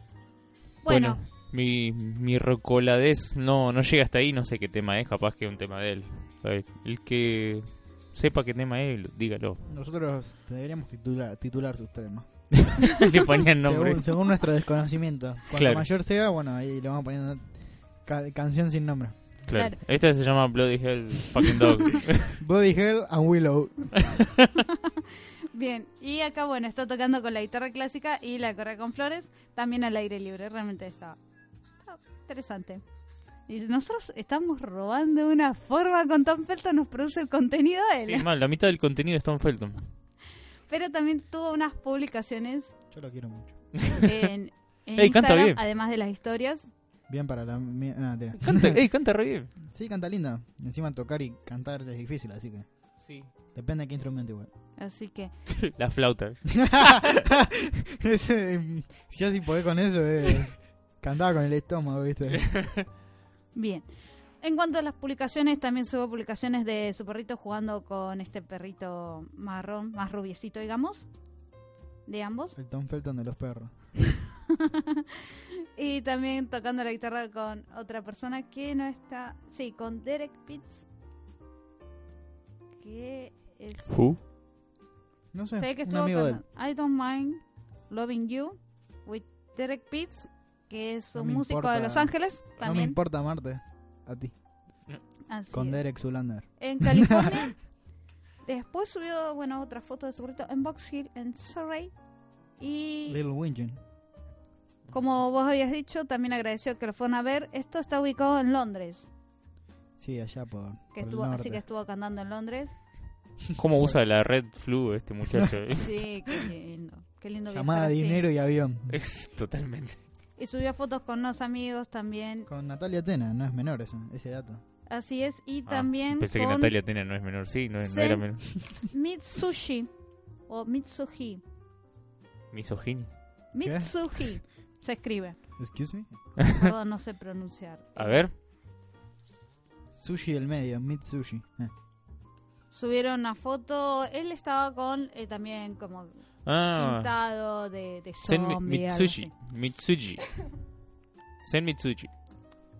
S1: Bueno,
S2: mi, mi rocoladez no, no llega hasta ahí. No sé qué tema es, capaz que es un tema de él. Ay, El que sepa qué tema es,
S1: <laughs>
S2: dígalo.
S3: Nosotros deberíamos titular, titular sus temas.
S2: Le ponían nombres.
S3: Según, según nuestro desconocimiento. Cuanto
S2: Claro.
S3: mayor sea, bueno, ahí le vamos poniendo ca- canción sin nombre.
S2: Claro.
S1: Claro.
S2: Esta se llama Bloody Hell
S1: <laughs>
S2: Fucking Dog.
S3: Body Hell and Willow.
S1: bien. Y acá, bueno, está tocando con la guitarra clásica y la corre con flores, también al aire libre. Realmente está, está interesante. Y nosotros estamos robando de una forma con Tom Felton, nos produce el contenido de él.
S2: sí, mal, la mitad del contenido está
S1: <laughs>
S2: en Felton.
S1: Pero también tuvo unas
S2: <laughs>
S1: publicaciones
S3: Yo lo quiero mucho.
S1: en, en
S2: Ey, canta
S1: Instagram,
S2: bien.
S1: además de las historias.
S3: Bien para la... mi- ah, mentira.
S2: Canta, ey, canta re bien.
S3: Sí, canta linda. Encima tocar y cantar es difícil, así que... Depende de qué instrumento igual. <laughs>
S1: Así que,
S2: La flauta.
S3: Ese, mm, ya si podés con eso, es... Cantaba con el estómago, ¿viste?
S1: bien. En cuanto a las publicaciones, también subo publicaciones de su perrito jugando con este perrito marrón, más rubiecito, digamos, de ambos.
S3: El Tom Felton de los perros.
S1: Y también tocando la guitarra con otra persona que no está. Sí, con Derek Pitts. Que es.
S2: Who?
S3: No sé,
S1: Sé que
S3: un
S1: estuvo
S3: amigo de él.
S1: cantando I Don't Mind Loving You with Derek Pitts, que es
S3: No
S1: un
S3: me
S1: músico
S3: importa-
S1: de Los Ángeles
S3: No me
S1: también.
S3: importa amarte. A ti.
S1: Así
S3: Con
S1: es.
S3: Derek Zulander.
S1: En
S3: <laughs>
S1: California. Después subió, bueno, otra foto de su perrito en Box Hill, en Surrey. Y
S3: Lil Winchon.
S1: como vos habías dicho, también agradeció que lo fueron a ver. Esto está ubicado en Londres.
S3: Sí, allá por,
S1: Que
S3: por
S1: estuvo,
S3: el norte.
S1: así que estuvo cantando en Londres.
S2: ¿Cómo usa la red flu
S1: <laughs>
S2: este muchacho? <laughs>
S3: <laughs>
S1: Sí, qué lindo. Qué lindo
S3: Llamada
S1: viajar así.
S3: Dinero y Avión.
S2: es totalmente.
S1: Y subió fotos con unos amigos también.
S3: Con Natalia Tena, no es menor eso, ese dato.
S1: Así es. Y
S2: Ah,
S1: también
S2: Pensé
S1: con
S2: que Natalia Tena no es menor. Sí, no, no
S1: Sí.
S2: era menor.
S1: Mitsushi. O Mitsuhi.
S2: Misoginia.
S3: <laughs>
S1: Mitsuhi. Se escribe.
S3: Excuse me.
S1: Perdón, no sé pronunciar.
S2: A ver.
S3: Sushi del medio, Mitsushi. Eh.
S1: Subieron una foto. Él estaba con eh, también como
S2: Ah.
S1: pintado de, de
S2: Sen Mi-
S1: zombie, algo
S2: Mitsushi.
S1: así.
S2: Mitsuji. Sen Mitsuji.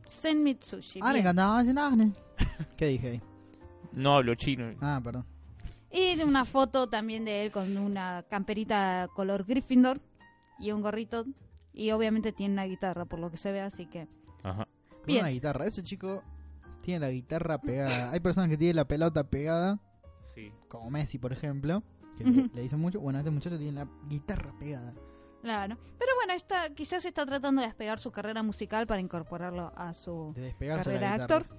S1: Sen Mitsushi.
S3: Ah, le
S1: bien.
S3: encantaba ese nombre. ¿Qué dije ahí?
S2: No hablo chino.
S3: Ah, perdón.
S1: Y de una foto también de él con una camperita color Gryffindor y un gorrito. Y obviamente tiene una guitarra, por lo que se ve, así que
S3: con
S1: Bien.
S3: una guitarra. Ese chico tiene la guitarra pegada. Hay personas que tienen la pelota pegada,
S2: Sí.
S3: como Messi, por ejemplo, que
S1: Ujú.
S3: le, le dicen mucho. Bueno, este muchacho tiene la guitarra pegada.
S1: Claro. Pero bueno, está, quizás está tratando de despegar su carrera musical para incorporarlo a su
S3: De despegarse
S1: carrera de
S3: la guitarra.
S1: actor.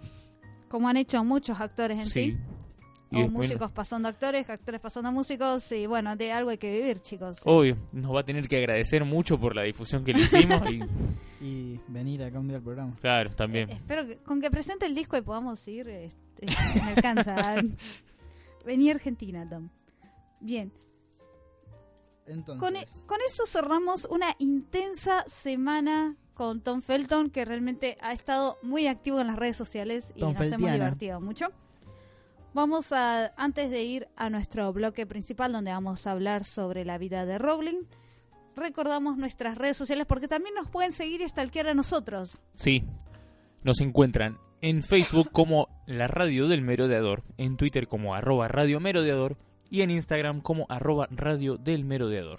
S1: Como han hecho muchos actores en sí.
S2: Y
S1: o
S2: después-
S1: músicos pasando a actores, actores pasando a músicos. Y bueno, de algo hay que vivir, chicos.
S2: Obvio, nos va a tener que agradecer mucho por la difusión que le hicimos
S1: <laughs>
S2: y
S3: Y venir acá un día al programa.
S2: claro, también.
S1: Espero que con que presente el disco y podamos ir, este, me <laughs> alcanza. Vení a Argentina, Tom. Bien,
S3: Entonces,
S1: con, e- con eso cerramos una intensa semana con Tom Felton, que realmente ha estado muy activo en las redes sociales y
S3: Tom
S1: nos hemos
S3: Feltiana.
S1: divertido mucho. Vamos a, antes de ir a nuestro bloque principal, donde vamos a hablar sobre la vida de Rowling, recordamos nuestras redes sociales porque también nos pueden seguir y stalkear a nosotros.
S2: Sí, nos encuentran en Facebook como La Radio del Merodeador, en Twitter como arroba Radio Merodeador y en Instagram como arroba Radio del Merodeador.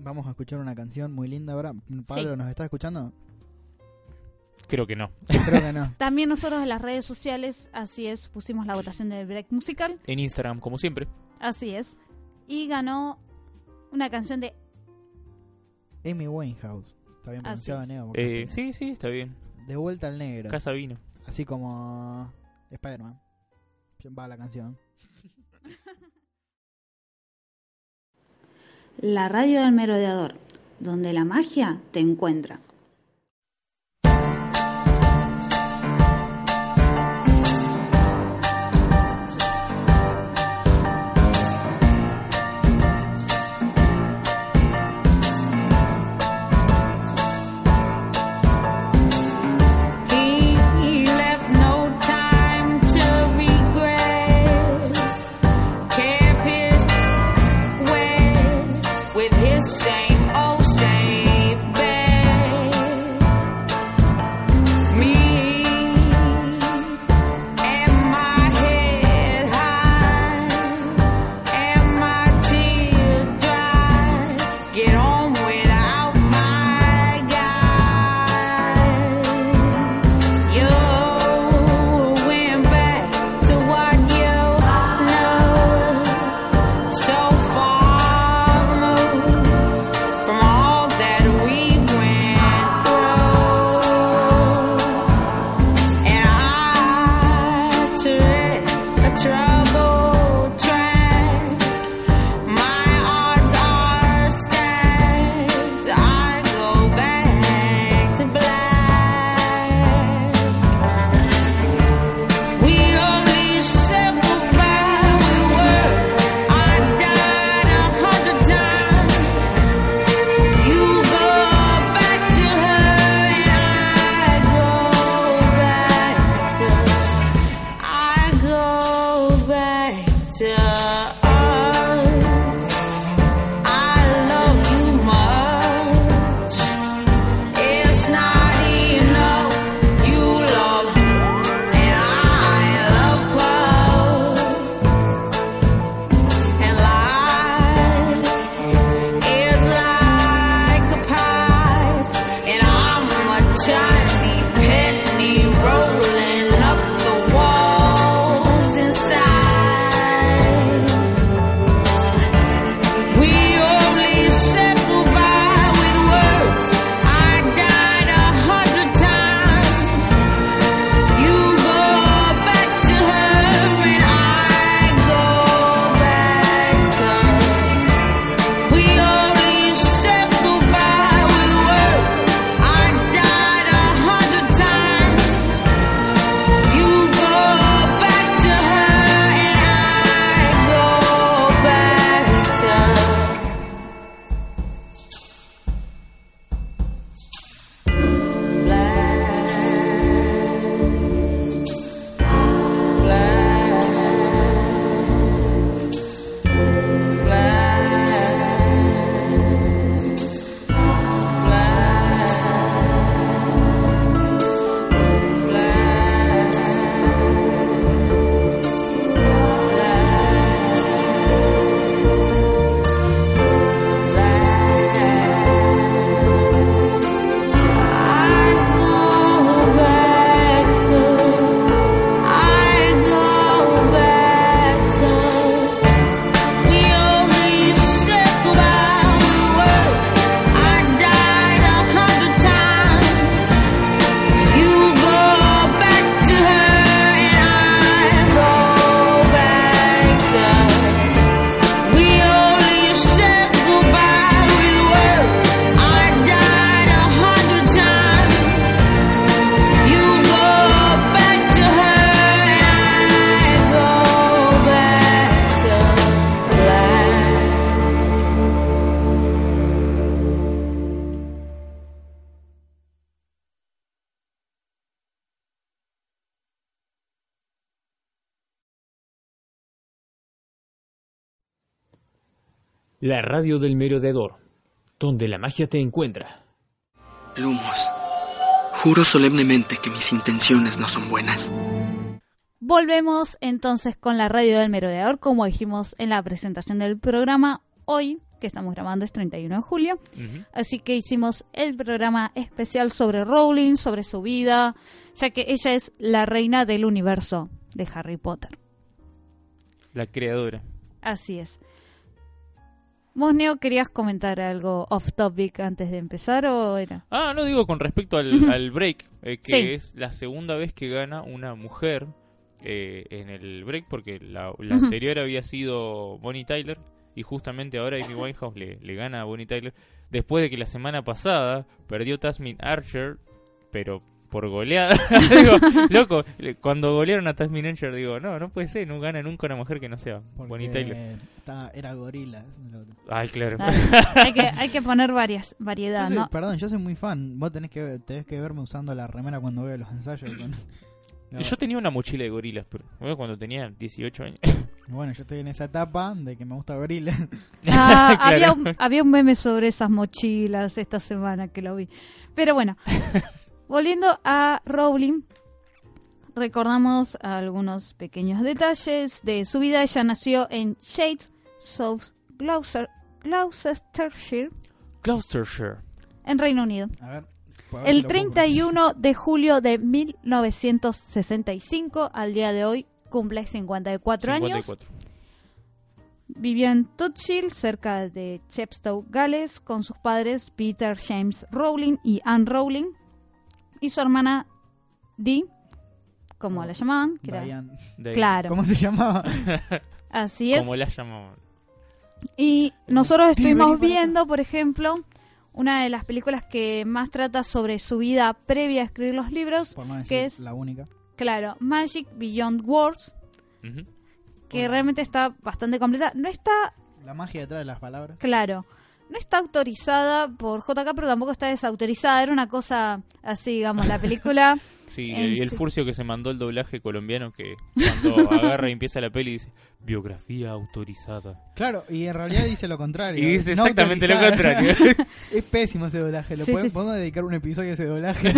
S3: vamos a escuchar una canción muy linda ahora. Pablo, ¿nos está escuchando?
S2: Creo que no.
S3: Creo que no.
S1: También nosotros en las redes sociales, así es, pusimos la votación del break musical,
S2: En Instagram, como siempre,
S1: así es. Y ganó una canción de...
S3: Amy Winehouse. Está bien
S1: Así
S3: pronunciado,
S1: es.
S3: Neo. porque-
S2: Eh, sí, sí, está bien.
S3: De vuelta al negro.
S2: Casa vino.
S3: Así como uh, Spider-Man. Va la canción.
S1: La radio del merodeador, donde la magia te encuentra.
S7: He left no time to regret. Kept his way with his same old safe bet.
S8: La radio del merodeador, donde la magia te encuentra.
S9: Lumos, juro solemnemente que mis intenciones no son buenas.
S1: Volvemos entonces con la radio del merodeador, como dijimos en la presentación del programa hoy, que estamos grabando es 31 de julio.
S2: Ujú.
S1: Así que hicimos el programa especial sobre Rowling, sobre su vida, ya que ella es la reina del universo de Harry Potter.
S2: La creadora.
S1: Así es. Vos, Neo, querías comentar algo off topic antes de empezar o
S2: <laughs>
S1: era?
S2: Ah, no digo con respecto al,
S1: Ujú.
S2: al break, eh, que
S1: Sí.
S2: es la segunda vez que gana una mujer eh, en el break, porque la, la
S1: Ujú.
S2: anterior había sido Bonnie Tyler y justamente ahora Amy Winehouse le, le gana a Bonnie Tyler después de que la semana pasada perdió Tasmin Archer, pero por goleada. <laughs> digo, loco, le- cuando golearon a Tasmin Archer, digo, no, no puede ser, no gana nunca una mujer que no sea
S3: Porque
S2: Bonnie Tyler.
S3: estaba- era gorila. es la otra.
S2: Ay, claro.
S1: Ah, hay, que, hay que poner varias
S3: Yo
S1: variedad,
S3: soy-
S1: ¿no?
S3: Perdón, yo soy muy fan. Vos tenés que, tenés que verme usando la remera cuando veo los ensayos.
S2: <laughs>
S3: con- No,
S2: Yo tenía una mochila de gorilas, pero bueno, cuando tenía 18 años.
S3: Bueno, yo estoy en esa etapa de que me gusta gorila. <laughs>
S1: Ah,
S2: Claro.
S1: había, un, había un meme sobre esas mochilas esta semana que lo vi. Pero
S3: <laughs>
S1: bueno, volviendo a Rowling, recordamos algunos pequeños detalles de su vida. Ella nació en Shade, South Gloucester- Gloucestershire,
S2: Gloucestershire.
S1: en Reino Unido.
S3: A ver. pues a ver si
S1: El
S3: lo pongo.
S1: 31 de julio de 1965, al día de hoy, cumple 54, años.
S2: 54.
S1: Vivió en Tutchill, cerca de Chepstow, Gales, con sus padres Peter James Rowling y Anne Rowling, y su hermana Dee, como la llamaban. que era-
S3: Diane.
S2: De ahí.
S1: Claro,
S3: ¿Cómo se llamaba?
S1: así es.
S2: Como la llamaban.
S1: Y nosotros
S3: Dee,
S1: estuvimos
S3: vení para acá.
S1: viendo, por ejemplo, una de las películas que más trata sobre su vida previa a escribir los libros,
S3: Por no decir
S1: ¿Qué es?
S3: la única.
S1: claro, Magic Beyond Words,
S2: Ujú.
S1: que realmente está bastante completa. No está,
S3: La magia detrás de las palabras.
S1: claro, no está autorizada por JK, pero tampoco está desautorizada. Era una cosa así, digamos, la película.
S2: Sí,
S1: En
S2: y el
S1: sí.
S2: furcio que se mandó el doblaje colombiano
S1: <laughs>
S2: que cuando agarra y empieza la peli dice biografía autorizada.
S3: Claro, y en realidad dice lo contrario.
S2: Y dice
S3: No
S2: exactamente lo
S3: autorizada. <laughs>
S2: contrario. <laughs>
S3: es pésimo ese doblaje. ¿Lo
S1: Sí,
S3: podemos,
S1: sí, sí.
S3: podemos dedicar un episodio a ese doblaje?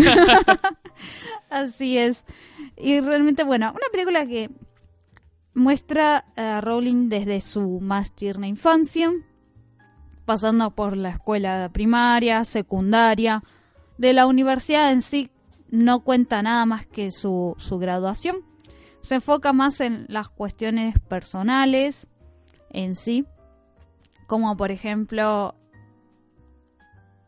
S1: así es. Y realmente, bueno, una película que muestra a Rowling desde su más tierna infancia, pasando por la escuela primaria, secundaria, de la universidad en sí no cuenta nada más que su, su graduación. Se enfoca más en las cuestiones personales en sí, como por ejemplo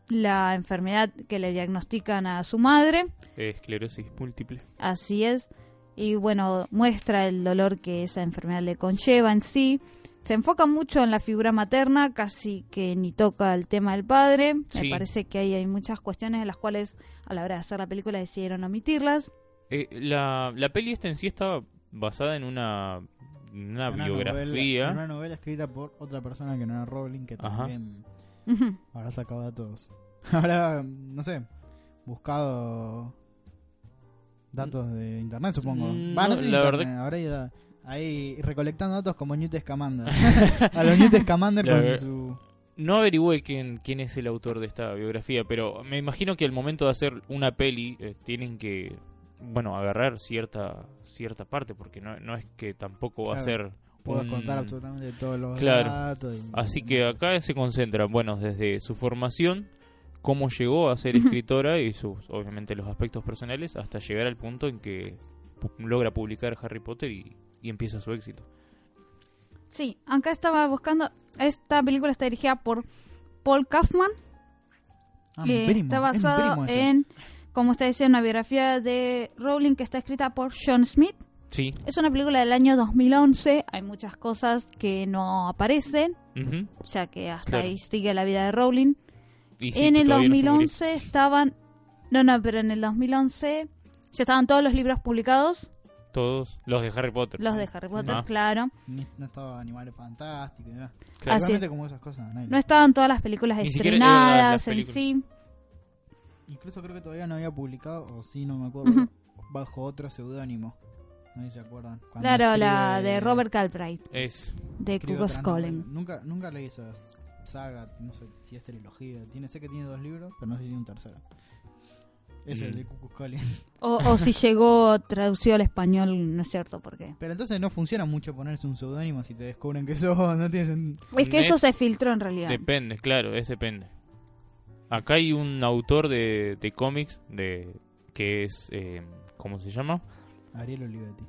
S1: la enfermedad que le diagnostican a su madre,
S2: Esclerosis múltiple.
S1: Así es. Y bueno, muestra el dolor que esa enfermedad le conlleva en sí. Se enfoca mucho en la figura materna, casi que ni toca el tema del padre.
S2: Sí.
S1: Me parece que ahí hay muchas cuestiones de las cuales a la hora de hacer la película decidieron omitirlas.
S2: Eh, la, la peli esta en sí está basada en una, en una
S3: Una novela-
S2: biografía.
S3: una novela escrita por otra persona que no era Rowling, que
S2: Ajá.
S3: también
S1: Ujú.
S3: habrá sacado datos. <laughs> Habrá, no sé, buscado datos de internet, supongo.
S2: Mm,
S3: Va, no
S2: no,
S3: sé si
S2: la
S3: internet,
S2: verdad
S3: habrá ido ahí recolectando datos como Newt
S2: <laughs>
S3: Scamander. a los Newt Scamander
S2: La
S3: con
S2: ver-
S3: su...
S2: No averigüé quién, quién es el autor de esta biografía, pero me imagino que al momento de hacer una peli eh, tienen que, bueno, agarrar cierta cierta parte, porque no, no es que tampoco va a
S3: Claro.
S2: ser...
S3: Puedo
S2: un-
S3: contar absolutamente todos los
S2: Claro.
S3: datos. y-
S2: Así que acá se concentran, bueno, desde su formación, cómo llegó a
S1: <laughs>
S2: ser escritora y sus, obviamente, los aspectos personales, hasta llegar al punto en que pu- logra publicar Harry Potter y, y empieza su éxito.
S1: Sí, acá estaba buscando. Esta película está dirigida por Paul Kaufman.
S3: Ah,
S1: Eh, está
S3: mi primo, es mi primo
S1: basado
S3: ese.
S1: en, como usted decía, una biografía de Rowling que está escrita por John Smith.
S2: Sí.
S1: Es una película del año 2011. Hay muchas cosas que no aparecen,
S2: Ujú.
S1: ya que hasta
S2: Claro.
S1: ahí sigue la vida de Rowling.
S2: Y sí,
S1: en el
S2: todavía no se
S1: 2011 estaban. No, no, pero en el 2011 ya estaban todos los libros publicados.
S2: murió. Todos los de Harry Potter.
S1: Los de Harry Potter,
S2: Ah,
S1: claro.
S3: Ni- No estaba Animales Fantásticos. y nada.
S2: claro.
S1: Así es.
S3: Igualmente como esas cosas. nadie-
S1: No estaban todas las películas
S2: Ni siquiera eran
S1: estrenadas
S2: las
S1: en
S2: películas.
S1: sí.
S3: Incluso creo que todavía no había publicado, o sí, no me acuerdo,
S1: Ujú.
S3: bajo otro seudónimo. No sé si se acuerdan. Cuando
S1: Claro, la
S3: escribe-
S1: de Robert Calbright,
S2: Es-
S1: de
S3: escribe
S1: Cucos
S3: otras
S1: Collin.
S3: novelas. Nunca, nunca leí esas. saga, no sé si es trilogía. Tiene, sé que tiene dos libros, pero no sé si tiene un tercero. Es el
S2: Mm.
S3: de Cuckoo's Calling.
S1: O, o si llegó traducido al español, no es cierto, porque...
S3: <laughs> Pero entonces no funciona mucho ponerse un seudónimo si te descubren que sos, no tienes
S1: Es que eso se filtró en realidad.
S2: Depende, claro, es depende. Acá hay un autor de, de cómics de que es eh, ¿cómo se llama? <laughs>
S3: Ariel Olivetti.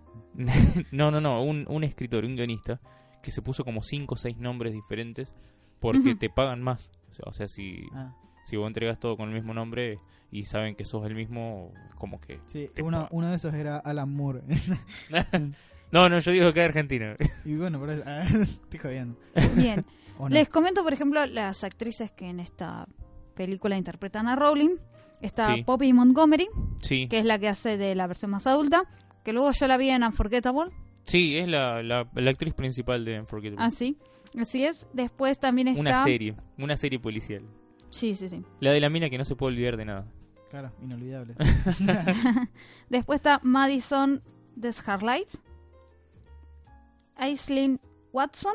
S2: no, no, no, un, un escritor, un guionista que se puso como cinco o seis nombres diferentes porque
S1: Ujú.
S2: te pagan más. O sea, o sea, si
S3: Ah.
S2: si vos entregas todo con el mismo nombre y saben que sos el mismo, como que
S3: Sí,
S2: te
S3: uno,
S2: pagan.
S3: uno de esos era Alan Moore. <laughs>
S2: No, no, yo digo que es argentino.
S3: y bueno, por eso. <laughs> ah, estoy jodiendo.
S1: Bien.
S3: ¿O no?
S1: Les comento, por ejemplo, las actrices que en esta película interpretan a Rowling. Está
S2: Sí.
S1: Poppy Montgomery,
S2: <laughs> Sí.
S1: que es la que hace de la versión más adulta, que luego yo la vi en Unforgettable.
S2: Sí, es la, la, la actriz principal de Unforgettable.
S1: Así, así es. Después también está...
S2: Una serie, una serie policial.
S1: Sí, sí, sí.
S2: La de la mina que no se puede olvidar de nada.
S3: Claro,
S1: <laughs>
S3: inolvidable.
S1: Después está Madison Desharlight, Aislinn Watson.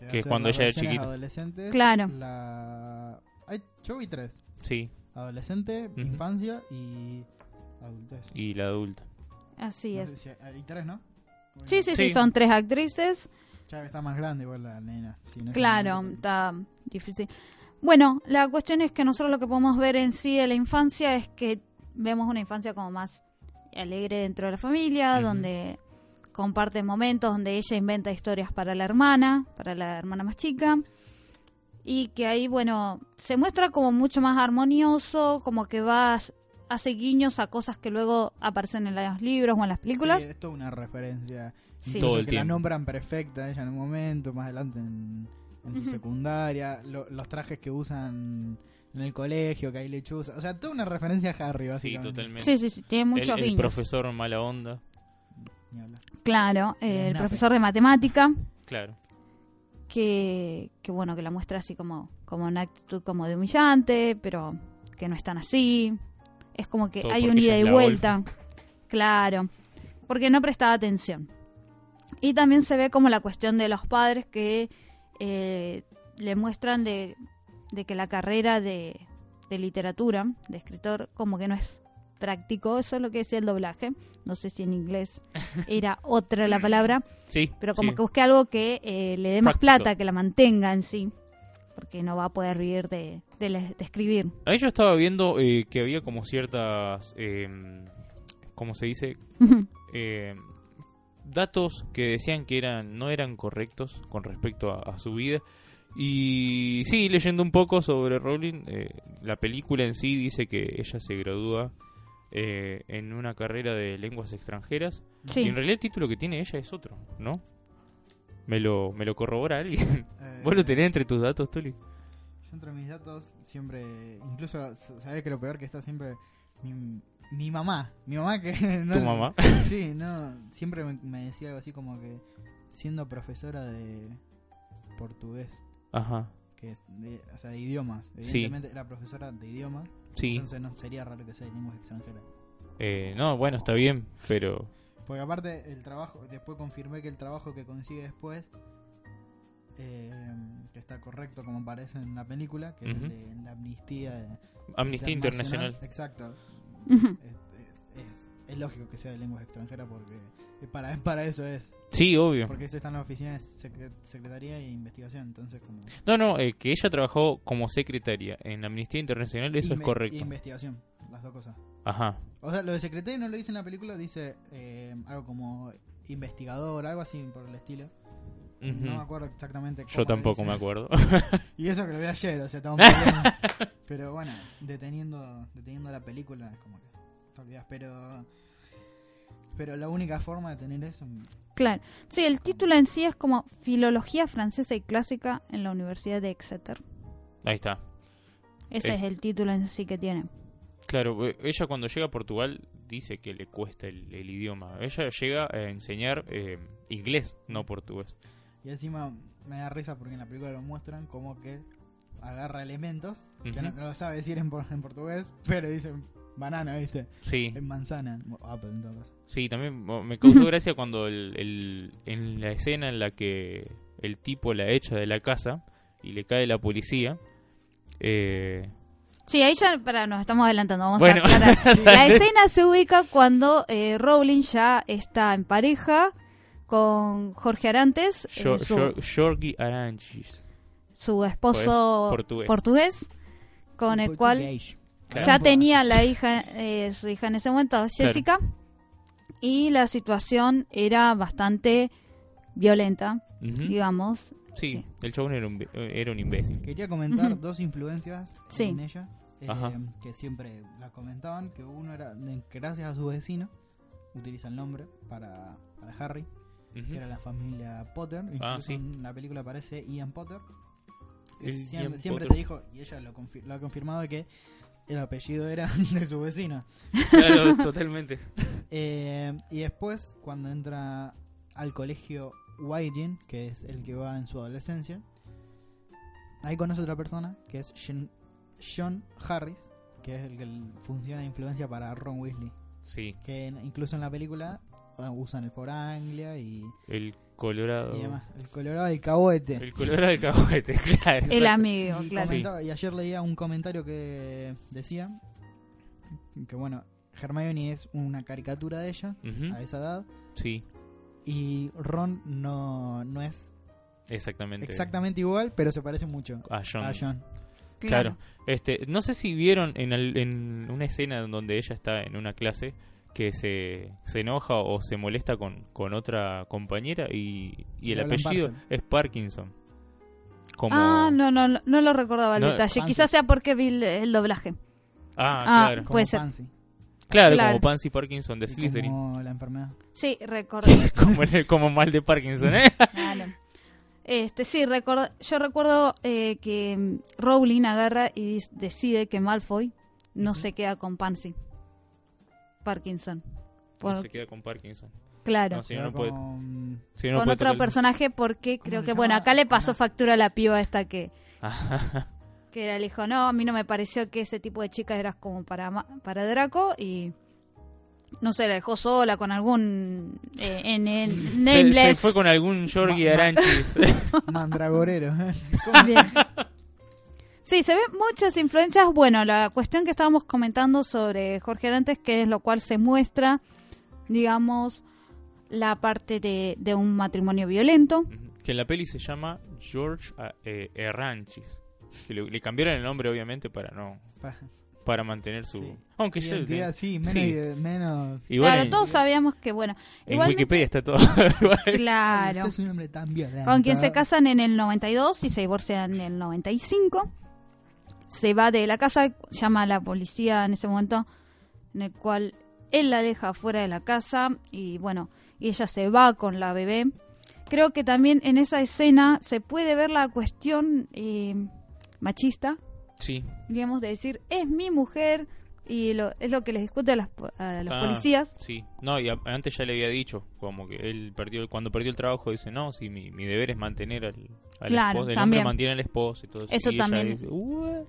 S3: va a
S2: Que es
S3: ser
S2: cuando
S3: las
S2: ella era
S3: versiones
S2: chiquita.
S3: adolescentes,
S1: Claro.
S3: La... Ay, yo vi tres.
S2: Sí,
S3: Adolescente,
S2: Ujú.
S3: infancia y adultez.
S2: y la adulta.
S1: Así
S3: No
S1: es.
S3: sé si hay- hay tres, ¿no? Bueno,
S1: Sí, sí, sí,
S2: Sí.
S1: son tres actrices.
S3: Ya está más grande igual la nena. sí, no es
S1: Claro,
S3: una-
S1: está difícil. Bueno, la cuestión es que nosotros lo que podemos ver en sí de la infancia es que vemos una infancia como más alegre dentro de la familia,
S2: Ujú.
S1: donde comparten momentos, donde ella inventa historias para la hermana, para la hermana más chica. Y que ahí, bueno, se muestra como mucho más armonioso, como que vas hace guiños a cosas que luego aparecen en los libros o en las películas.
S3: Sí, es toda una referencia.
S1: Sí.
S2: Todo el
S3: que la
S2: tiempo.
S3: nombran perfecta ella en un momento, más adelante en, en su
S1: Ujú.
S3: secundaria, lo- los trajes que usan en el colegio, que hay lechuza. O sea, toda una referencia a Harry,
S2: Sí,
S3: básicamente.
S2: totalmente.
S1: Sí, sí, sí, tiene muchos
S2: el, el
S1: guiños.
S2: profesor mala onda.
S3: Ni hablar.
S1: Claro,
S3: Era
S1: el
S3: una
S1: profesor de matemática.
S2: Claro.
S1: que, que bueno, que la muestra así como, como una actitud como de humillante, pero que no es tan así. Es como que
S2: Todo
S1: hay
S2: porque
S1: un
S2: ella
S1: ida
S2: es
S1: y
S2: la
S1: vuelta. Claro. Porque no prestaba atención. Y también se ve como la cuestión de los padres que eh, le muestran de, de que la carrera de, de literatura, de escritor, como que no es práctico. Eso es lo que decía el doblaje. No sé si en
S2: <laughs>
S1: inglés era otra la palabra
S2: Sí.
S1: pero como
S2: sí.
S1: que busque algo que eh, le dé más
S2: Práctico.
S1: plata, que la mantenga en sí, porque no va a poder vivir de, de, la- de
S2: <laughs>
S1: escribir.
S2: Ahí yo estaba viendo eh, que había como ciertas. Eh, ¿Cómo se dice? eh, datos que decían que eran no eran correctos con respecto a, a su vida. Y sí, leyendo un poco sobre Rowling, eh, la película en sí dice que ella se gradúa eh, en una carrera de lenguas extranjeras. Y
S1: sí,
S2: en realidad el título que tiene ella es otro, ¿no? Me lo, me lo corrobora alguien.
S3: Eh,
S2: <laughs> ¿Vos lo tenés entre tus datos, Tuli?
S3: Yo entre mis datos siempre, incluso sabés que lo peor que está siempre mi, mi mamá, mi mamá que <laughs> no-
S2: ¿Tu mamá?
S3: Sí, no, siempre me, me decía algo así como que siendo profesora de portugués,
S2: Ajá.
S3: que es de, o sea, de idiomas,
S2: Sí.
S3: evidentemente era profesora de idiomas,
S2: Sí.
S3: entonces no sería raro que sea de lenguas extranjeras.
S2: Eh, no, bueno, está bien, pero...
S3: Porque aparte el trabajo, después confirmé que el trabajo que consigue después, eh, que está correcto como aparece en la película, que
S2: Ujú.
S3: es el de la amnistía de
S2: Amnistía Internacional.
S3: Exacto.
S1: Ujú.
S3: Es, es- es- es lógico que sea de lenguas extranjeras porque eh, para, <laughs> para eso es.
S2: Sí, obvio.
S3: Porque eso está en la oficina de secre- Secretaría e Investigación, entonces como...
S2: No, no, eh, que ella trabajó como secretaria en Amnistía Internacional, eso es
S3: Inve-
S2: correcto.
S3: Investigación, las dos cosas.
S2: Ajá.
S3: O sea, lo de secretaria no lo dice en la película, dice eh, algo como investigador, algo así por el estilo.
S2: Ujú.
S3: No me acuerdo exactamente. cómo
S2: Yo
S3: lo
S2: tampoco
S3: dice.
S2: me acuerdo. <laughs>
S3: Y eso que lo vi ayer, o sea, estamos perdiendo. Pero bueno, deteniendo, deteniendo la película, es como que te olvidas, pero. Pero la única forma de tener eso.
S1: claro. Sí, el título en sí es como Filología Francesa y Clásica en la Universidad de Exeter.
S2: Ahí está.
S1: Ese
S2: Eh.
S1: es el título en sí que tiene.
S2: Claro, eh, ella cuando llega a Portugal dice que le cuesta el, el idioma. Ella llega a enseñar eh, inglés, no portugués.
S3: Y encima me da risa porque en la película lo muestran como que agarra elementos, que no,
S2: Ujú.
S3: no lo sabe decir en, por- en portugués, pero dicen banana, ¿viste?
S2: Sí,
S3: En manzana. o apple, en todo caso.
S2: sí, también mo- me causó gracia cuando el- el- en la escena en la que el tipo la echa de la casa, y le cae la policía. Eh,
S1: Sí, ahí ya para, nos estamos adelantando. Vamos
S2: Bueno.
S1: a
S2: <laughs>
S1: aclarar. La escena se ubica cuando eh, Rowling ya está en pareja con Jorge Arantes, eh,
S2: Jor-
S1: su,
S2: Jor- Jorge Aranchis.
S1: su esposo
S2: pues, Portugués.
S1: portugués, con el cual
S2: Claro.
S1: ya tenía la hija, eh, su hija en ese momento, Jessica, y la situación era bastante violenta,
S2: Ujú.
S1: digamos.
S2: Sí, el chabón era un, eh, era un imbécil.
S3: Quería comentar
S1: Ujú.
S3: dos influencias
S1: Sí.
S3: en ella eh,
S2: Ajá.
S3: que siempre la comentaban, que uno era de- gracias a su vecino, utiliza el nombre para, para Harry,
S2: Ujú.
S3: que era la familia Potter, incluso
S2: Ah, sí.
S3: en la película aparece Ian Potter, que
S2: El
S3: siempre,
S2: Ian
S3: siempre
S2: Potter.
S3: se dijo, y ella lo, confi- lo ha confirmado, que el apellido era <laughs> de su vecino.
S2: Claro, totalmente.
S3: Eh, y después, cuando entra al colegio Waijin, que es el que va en su adolescencia, ahí conoce otra persona, que es Jen- John Harris, que es el que l- funciona de influencia para Ron Weasley.
S2: Sí,
S3: Que en- incluso en la película ah, usan el foranglia y,
S2: el colorado.
S3: y demás. El colorado del caboete.
S2: El colorado del cahuete, <laughs> claro.
S1: El amigo,
S3: Y,
S1: claro.
S3: comentaba- y ayer leía un comentario que decía que, bueno, Hermione es una caricatura de ella
S2: Ujú.
S3: a esa edad.
S2: Sí,
S3: Y Ron no, no es
S2: exactamente.
S3: exactamente igual, pero se parece mucho
S2: A John.
S3: a John.
S2: Claro. Este, no sé si vieron en, al- en una escena en donde ella está en una clase que se, se enoja o se molesta con, con otra compañera y, y el
S3: Le hablan
S2: apellido
S3: Parson.
S2: es Parkinson. Como...
S1: Ah, no, no, no, no lo recordaba el
S2: No,
S1: detalle.
S3: Pansy.
S1: Quizás sea porque vi el, el doblaje.
S2: Ah,
S1: ah,
S2: claro.
S3: Como
S1: Puede ser.
S3: Pansy,
S2: Claro,
S1: claro.
S2: como Pansy Parkinson de
S3: y
S2: Slytherin.
S3: como la enfermedad.
S1: Sí, <laughs> recordé.
S2: <laughs> Como, el- como mal de Parkinson, ¿eh?
S1: Claro. Este, sí, record- yo recuerdo eh, que mm, Rowling agarra y dis- decide que Malfoy no se queda con Pansy. Parkinson. <laughs> Por-
S2: No se queda con Parkinson.
S1: claro.
S2: No, sí,
S3: Pero
S2: no
S1: <laughs>
S2: puede-
S3: con-
S2: Si no
S1: con
S2: puede
S1: otro
S2: tocar-
S1: personaje porque creo
S3: se
S1: que, bueno,
S3: llama?
S1: acá le pasó
S3: Ana.
S1: factura a la piba esta que,
S2: Ajá.
S1: que era, le dijo, no, a mí no me pareció que ese tipo de chicas eras como para, ma- para Draco y... No sé, la dejó sola con algún... eh, en, en-
S2: <laughs> Se, se
S1: nameless.
S2: fue con algún Jorge
S3: Ma- ma-
S2: Aranchis.
S1: <laughs>
S3: Mandragorero. <laughs>
S1: Bien. Sí, se ven muchas influencias. Bueno, la cuestión que estábamos comentando sobre Jorge Arantes, que es lo cual se muestra, digamos, la parte de, de un matrimonio violento.
S2: que en la peli se llama George ah, eh, Erranchis. Que le, le cambiaron el nombre, obviamente, para no para mantener su...
S3: Sí.
S2: Aunque yo...
S3: Identidad, sí, menos.
S2: Sí.
S3: ide- menos...
S2: Igual
S1: claro,
S2: en,
S1: todos sabíamos que, bueno,
S2: en
S1: igual,
S2: Wikipedia está todo. <laughs> igual.
S1: claro,
S3: Usted es un hombre tan violento.
S1: con quien se casan en el 92 y se divorcian en el 95. Se va de la casa, llama a la policía en ese momento, en el cual él la deja fuera de la casa y bueno, y ella se va con la bebé. Creo que también en esa escena se puede ver la cuestión eh, machista,
S2: sí.
S1: digamos, de decir, es mi mujer y lo- es lo que les discute a, las po- a los
S2: Ah,
S1: policías.
S2: Sí. No, y a- antes ya le había dicho, como que él perdió, cuando perdió el trabajo, dice, no, sí, mi, mi deber es mantener al, al
S1: Claro,
S2: esposo. El hombre
S1: también.
S2: mantiene al esposo y todo eso.
S1: Eso
S2: Y ella
S1: también.
S2: dice, "Ué".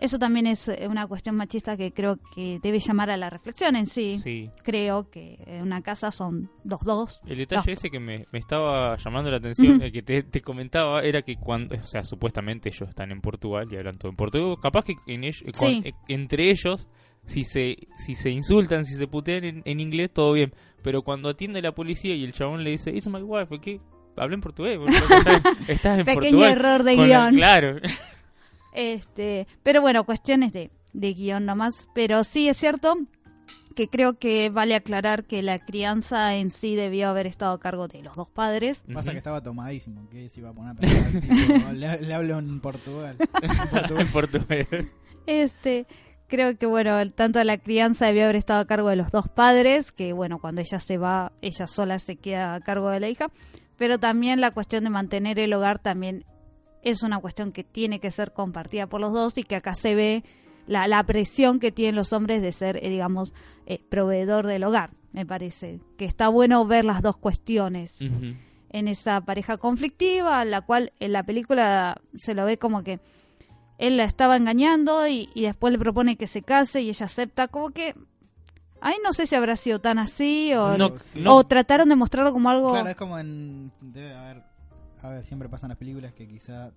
S1: Eso también es eh, una cuestión machista que creo que debe llamar a la reflexión en sí.
S2: sí.
S1: Creo que en una casa son los dos.
S2: El detalle
S1: No.
S2: ese que me, me estaba llamando la atención,
S1: Ujú.
S2: el que te, te comentaba, era que cuando, o sea, supuestamente ellos están en Portugal y hablan todo en portugués. Capaz que en ellos- con-
S1: Sí.
S2: eh, entre ellos, si se, si se insultan, si se putean en, en inglés, todo bien. Pero cuando atiende la policía y el chabón le dice, it's my wife, ¿qué? Hablé en portugués.
S1: <laughs>
S2: boludo, estás, estás en
S1: Pequeño
S2: Portugal.
S1: error de
S2: Con la-
S1: guión.
S2: claro.
S1: Este, pero bueno, cuestiones de, de guión nomás. Pero sí es cierto que creo que vale aclarar que la crianza en sí debió haber estado a cargo de los dos padres.
S2: <laughs>
S3: Pasa que
S2: Ujú.
S3: estaba tomadísimo, que se iba a poner a pensar, <laughs> tipo, le, le hablo
S1: <laughs>
S3: en Portugal. En
S2: en
S3: portugués. <laughs>
S2: portugués.
S1: Este, creo que bueno, el- tanto la crianza debió haber estado a cargo de los dos padres, que bueno, cuando ella se va, ella sola se queda a cargo de la hija, pero también la cuestión de mantener el hogar también es una cuestión que tiene que ser compartida por los dos y que acá se ve la, la presión que tienen los hombres de ser, eh, digamos, eh, proveedor del hogar, me parece. Que está bueno ver las dos cuestiones
S2: Ujú.
S1: en esa pareja conflictiva, la cual en la película se lo ve como que él la estaba engañando y, y después le propone que se case y ella acepta, como que ahí no sé si habrá sido tan así o,
S2: No,
S3: sí.
S2: no.
S1: o trataron de mostrarlo como algo...
S3: Claro, es como en. Debe haber. A ver, siempre pasan las películas que quizá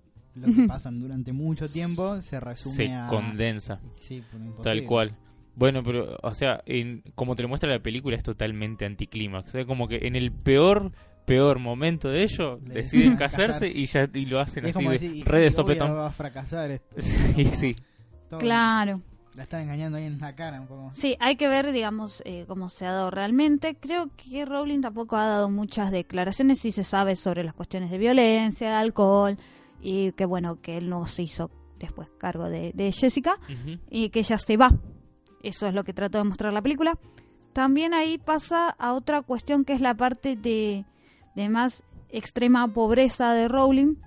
S1: <laughs>
S3: lo que pasan durante mucho tiempo se resume
S2: se
S3: a...
S2: condensa.
S3: Sí, por
S2: Tal
S3: imposible.
S2: cual. Bueno, pero, o sea, en- como te lo muestra la película, es totalmente anticlímax. Es como que en el peor, peor momento de ello, deciden
S3: Le deciden
S2: casarse,
S3: casarse.
S2: y ya y lo hacen
S3: Es
S2: así
S3: como
S2: de
S3: decir, y
S2: re de
S3: si yo voy a-
S2: <laughs> sopetón.
S3: va a fracasar. es
S2: Sí, sí.
S3: todo.
S1: Claro.
S3: La están engañando ahí en la cara un poco.
S1: Sí, hay que ver, digamos, eh, cómo se ha dado realmente. Creo que Rowling tampoco ha dado muchas declaraciones y se sabe sobre las cuestiones de violencia, de alcohol y que, bueno, que él no se hizo después cargo de, de Jessica
S2: Ujú.
S1: y que ella se va. Eso es lo que trató de mostrar la película. También ahí pasa a otra cuestión que es la parte de, de más extrema pobreza de Rowling,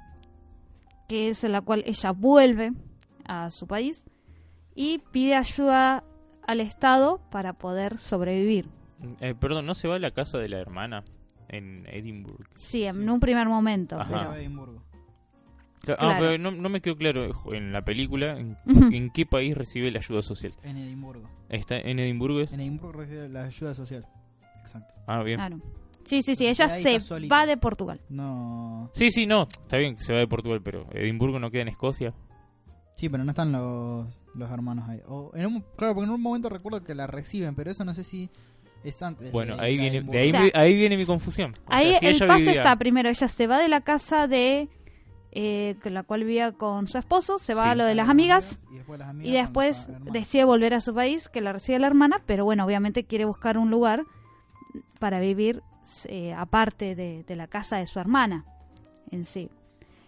S1: que es en la cual ella vuelve a su país y pide ayuda al Estado para poder sobrevivir.
S2: Eh, perdón, ¿no se va a la casa de la hermana en Edinburgh?
S1: Sí, en un primer momento,
S2: Ajá.
S1: pero
S3: Pero Edimburgo.
S2: Cla- Ah,
S1: Claro.
S2: pero no, no me quedó claro eh, en la película en,
S1: Ujú.
S2: en qué país recibe la ayuda social.
S3: En Edimburgo.
S2: ¿Está en Edimburgo? es?
S3: En Edimburgo recibe la ayuda social. Exacto.
S2: Ah, bien.
S1: claro. Sí, sí, sí, ella
S3: Entonces, ahí
S1: se
S3: está solita.
S1: va de Portugal.
S3: No.
S2: Sí, sí, no. Está bien que se va de Portugal, pero Edimburgo no queda en Escocia.
S3: Sí, pero no están los, los hermanos ahí. O en un, claro, porque en un momento recuerdo que la reciben, pero eso no sé si es antes.
S2: Bueno,
S3: de
S2: ahí
S3: ir a
S2: viene, de
S3: Edimburgo.
S2: ahí,
S1: O sea,
S2: me- ahí viene mi confusión. O sea,
S1: Ahí
S2: si
S1: el
S2: ella
S1: paso
S2: vivía-
S1: está primero, ella se va de la casa de eh, con la cual vivía con su esposo, se va
S2: Sí.
S1: a lo de las amigas
S3: Y después las amigas
S1: y después
S3: cuando estaba la hermana.
S1: decide volver a su país, que la recibe la hermana, pero bueno, obviamente quiere buscar un lugar para vivir eh, aparte de, de la casa de su hermana en sí.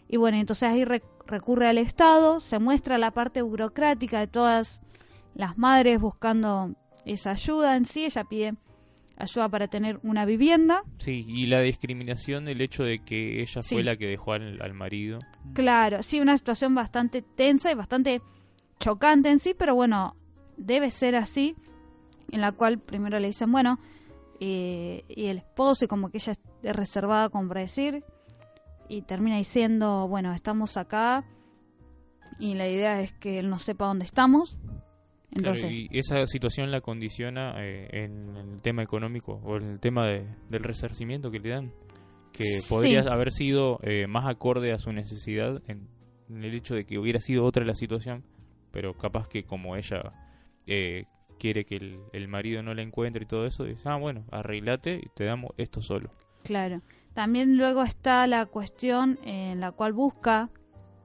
S1: Y bueno, entonces ahí rec- recurre al Estado, se muestra la parte burocrática de todas las madres buscando esa ayuda en sí, ella pide ayuda para tener una vivienda,
S2: Sí, y la discriminación del hecho de que ella
S1: Sí.
S2: fue la que dejó al, al marido.
S1: Claro, sí, una situación bastante tensa y bastante chocante en sí, pero bueno, debe ser así, en la cual primero le dicen, bueno, eh, y el esposo, y como que ella es reservada como para decir, y termina diciendo, bueno, estamos acá, y la idea es que él no sepa dónde estamos.
S2: Claro,
S1: Entonces,
S2: y esa situación la condiciona eh, en el tema económico o en el tema de- del resarcimiento que le dan. Que
S1: Sí.
S2: podría haber sido eh, más acorde a su necesidad en, en el hecho de que hubiera sido otra la situación, pero capaz que como ella eh, quiere que el, el marido no la encuentre y todo eso, dice, ah, bueno, arreglate y te damos esto solo.
S1: Claro. También luego está la cuestión eh, en la cual busca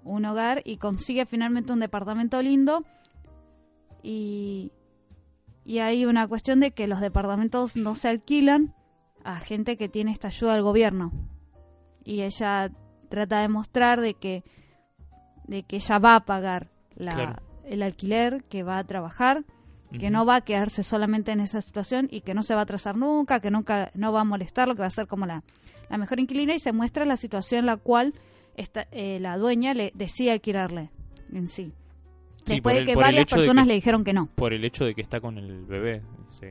S1: un hogar y consigue finalmente un departamento lindo. Y, y hay una cuestión de que los departamentos no se alquilan a gente que tiene esta ayuda del gobierno. Y ella trata de mostrar de que, de que ella va a pagar la-
S2: Claro.
S1: el alquiler, que va a trabajar que
S2: Ujú.
S1: no va a quedarse solamente en esa situación y que no se va a atrasar nunca, que nunca no va a molestarlo, que va a ser como la, la mejor inquilina y se muestra la situación en la cual esta, eh, la dueña le decía alquilarle en sí.
S2: Sí,
S1: Después
S2: por
S1: de
S2: el-
S1: que
S2: por el
S1: varias
S2: hecho de
S1: personas
S2: que-
S1: le dijeron que
S2: <laughs>
S1: no.
S2: por el hecho de que está con el bebé. sí.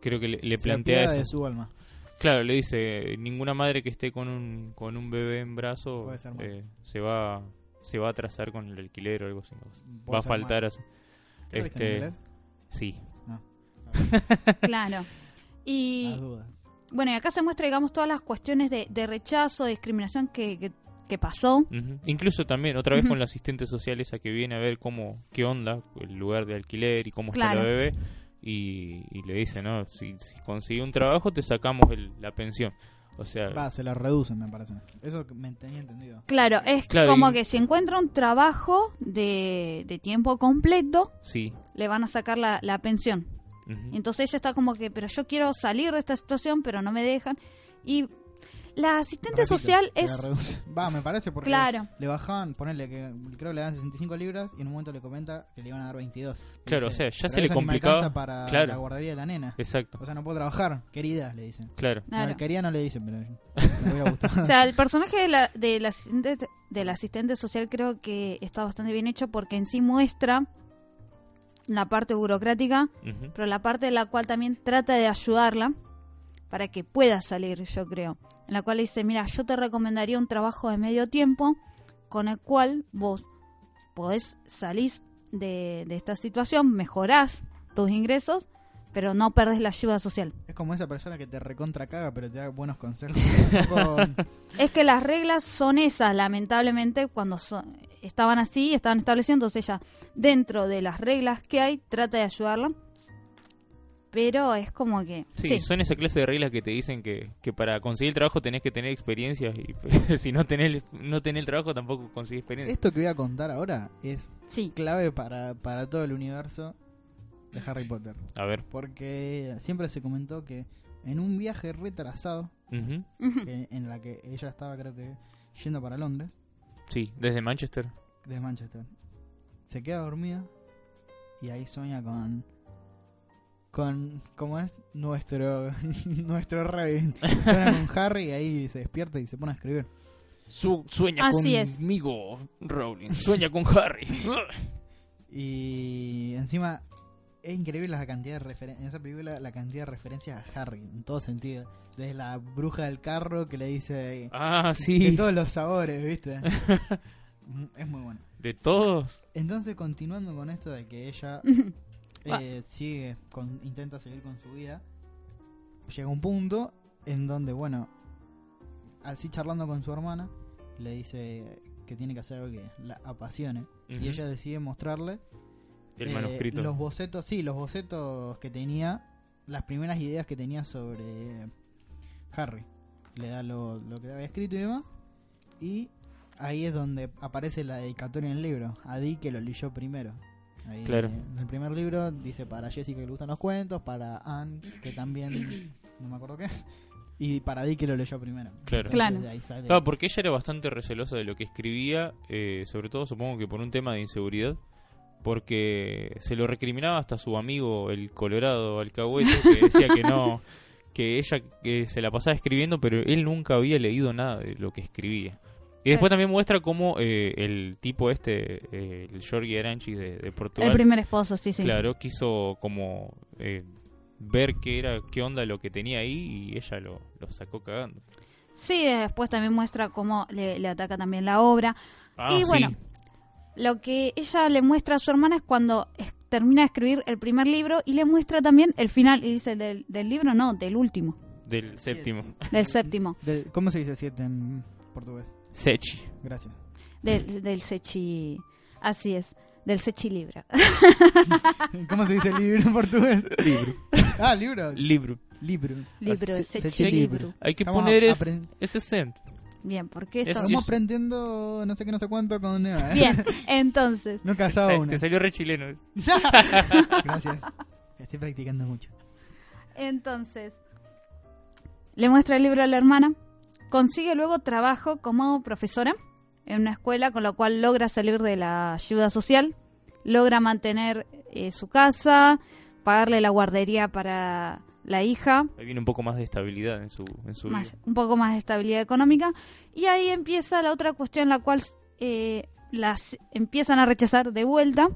S2: Creo que le, le
S3: Se
S2: plantea
S3: apiada
S2: eso.
S3: de su alma.
S2: Claro, le dice, ninguna madre que esté con un, con un bebé en brazo
S3: Puede ser madre.
S2: eh, se va se va a atrasar con el alquiler o algo así.
S3: Puede
S2: Va a
S3: ser
S2: faltar
S3: madre.
S2: así.
S3: ¿Lo viste en
S2: Este,
S3: inglés?
S2: sí.
S1: claro. Y
S3: Las dudas.
S1: bueno, y acá se muestra, digamos, todas las cuestiones de, de rechazo, de discriminación que, que, que pasó.
S2: Ujú. Incluso también, otra vez
S1: Ujú.
S2: con la asistente social esa que viene a ver cómo, qué onda, el lugar de alquiler y cómo está
S1: Claro.
S2: la bebé. Y, y le dice, no, si, si consigue un trabajo te sacamos el- la pensión. O sea,
S3: Va, se las reducen, me parece. Eso que me tenía entendido.
S1: Claro, es
S2: Claro,
S1: como
S2: y-
S1: que si encuentra un trabajo de, de tiempo completo,
S2: sí.
S1: le van a sacar la, la pensión.
S2: Ujú.
S1: Entonces ella está como que, pero yo quiero salir de esta situación, pero no me dejan. Y la asistente
S3: Repito,
S1: social
S3: se
S1: es...
S3: la reducen. Va, me parece, porque
S1: Claro.
S3: le bajaban, ponerle que creo que le dan 65 libras y en un momento le comenta que le iban a dar 22. Y
S2: Claro, o sea, ya
S3: "Pero
S2: se le
S3: eso ni me
S2: complicaba".
S3: alcanza para
S2: Claro.
S3: la guardería de la nena.
S2: Exacto,
S3: O sea, no puedo trabajar, querida, le dicen.
S2: claro.
S1: Claro.
S3: No, querida no le dicen, pero me hubiera
S2: <laughs>
S3: gustado.
S1: O sea, el personaje de la, de la asistente, del asistente social creo que está bastante bien hecho porque en sí muestra la parte burocrática,
S2: Ujú.
S1: pero la parte en la cual también trata de ayudarla para que pueda salir, yo creo. En la cual le dice, mira, yo te recomendaría un trabajo de medio tiempo con el cual vos podés salir de, de esta situación, mejorás tus ingresos, pero no perdés la ayuda social.
S3: Es como esa persona que te recontra caga, pero te da
S2: <laughs>
S3: buenos consejos. Un poco-
S1: Es que las reglas son esas, lamentablemente, cuando so- estaban así, estaban estableciéndose ella dentro de las reglas que hay, trata de ayudarla. Pero es como que...
S2: Sí,
S1: sí.
S2: son esa clase de reglas que te dicen que, que para conseguir el trabajo tenés que tener experiencias y <laughs> si no tenés, no tenés el trabajo tampoco conseguís experiencia.
S3: Esto que voy a contar ahora es
S1: Sí.
S3: clave para, para todo el universo de Harry Potter.
S2: A ver.
S3: Porque siempre se comentó que en un viaje retrasado,
S2: Ujú.
S3: que- en la que ella estaba creo que yendo para Londres,
S2: Sí, desde Manchester.
S3: de Manchester, se queda dormida y ahí sueña con... Con, ¿cómo es? Nuestro, <laughs> nuestro Robin. Sueña con Harry y ahí se despierta y se pone a escribir.
S2: sueña
S1: Así es.
S2: conmigo, Rowling. Sueña con Harry.
S3: Y encima es increíble la cantidad de referen- en esa película la cantidad de referencias a Harry en todo sentido, desde la bruja del carro que le dice
S2: <laughs> ah,
S3: de
S2: sí.
S3: todos los sabores, ¿viste? <laughs> Mm, es muy bueno.
S2: De todos.
S3: Entonces, continuando con esto de que ella eh, sigue con intenta seguir con su vida, llega un punto en donde, bueno, así charlando con su hermana, le dice que tiene que hacer algo que la apasione
S2: Ujú.
S3: y ella decide mostrarle
S2: El
S3: eh,
S2: manuscrito.
S3: Los bocetos, sí, los bocetos que tenía, las primeras ideas que tenía sobre Harry. Le da lo, lo que había escrito y demás. Y ahí es donde aparece la dedicatoria en el libro. A Dee que lo leyó primero. Ahí,
S2: Claro.
S3: eh, En el primer libro dice para Jessica que le gustan los cuentos, para Anne que también <coughs> no me acuerdo qué. Y para Dee que lo leyó primero.
S2: Claro.
S1: Claro.
S3: de ahí sale-
S2: Claro, porque ella era bastante recelosa de lo que escribía, eh, sobre todo supongo que por un tema de inseguridad, porque se lo recriminaba hasta su amigo el Colorado Alcahuete, que decía
S1: <laughs>
S2: que no, que ella que se la pasaba escribiendo, pero él nunca había leído nada de lo que escribía. Y después también muestra cómo eh, el tipo este, eh, el Jorge Aranchi de, de Portugal,
S1: El primer esposo, sí, sí.
S2: claro, quiso como eh, ver qué era, qué onda lo que tenía ahí y ella lo, lo sacó cagando.
S1: Sí, después también muestra cómo le, le ataca también la obra.
S2: Ah,
S1: y
S2: sí.
S1: bueno, lo que ella le muestra a su hermana es cuando es- termina de escribir el primer libro y le muestra también el final. Y dice, del, del libro no, del último,
S2: del séptimo.
S1: del séptimo,
S3: de- ¿Cómo se dice siete en portugués?
S2: Sechi.
S3: Gracias.
S1: del, del sechi... Así es, del sechi libro.
S3: ¿Cómo se dice libro en portugués? Libro. Ah, libro.
S2: Libro.
S3: libro.
S1: libro,
S3: Se-
S1: sechi,
S3: sechi libro.
S1: libro.
S2: Hay que
S3: Estamos
S2: poner
S3: a-
S2: es-
S3: aprend-
S2: ese acento.
S1: <laughs> Bien, porque esto...
S2: Eso sí.
S3: Estamos aprendiendo no sé qué, no sé cuánto con Neva. ¿eh?
S1: Bien, entonces...
S3: Nunca sabe
S2: Sa-
S3: uno.
S2: Te salió re chileno.
S3: Gracias. Estoy practicando mucho.
S1: Entonces, le muestra el libro a la hermana, consigue luego trabajo como profesora en una escuela, con lo cual logra salir de la ayuda social, logra mantener eh, su casa, pagarle la guardería para la hija,
S2: Ahí viene un poco más de estabilidad en su, en su
S1: más-
S2: vida.
S1: un poco más de estabilidad económica, y ahí empieza la otra cuestión, la cual eh, las empiezan a rechazar de vuelta,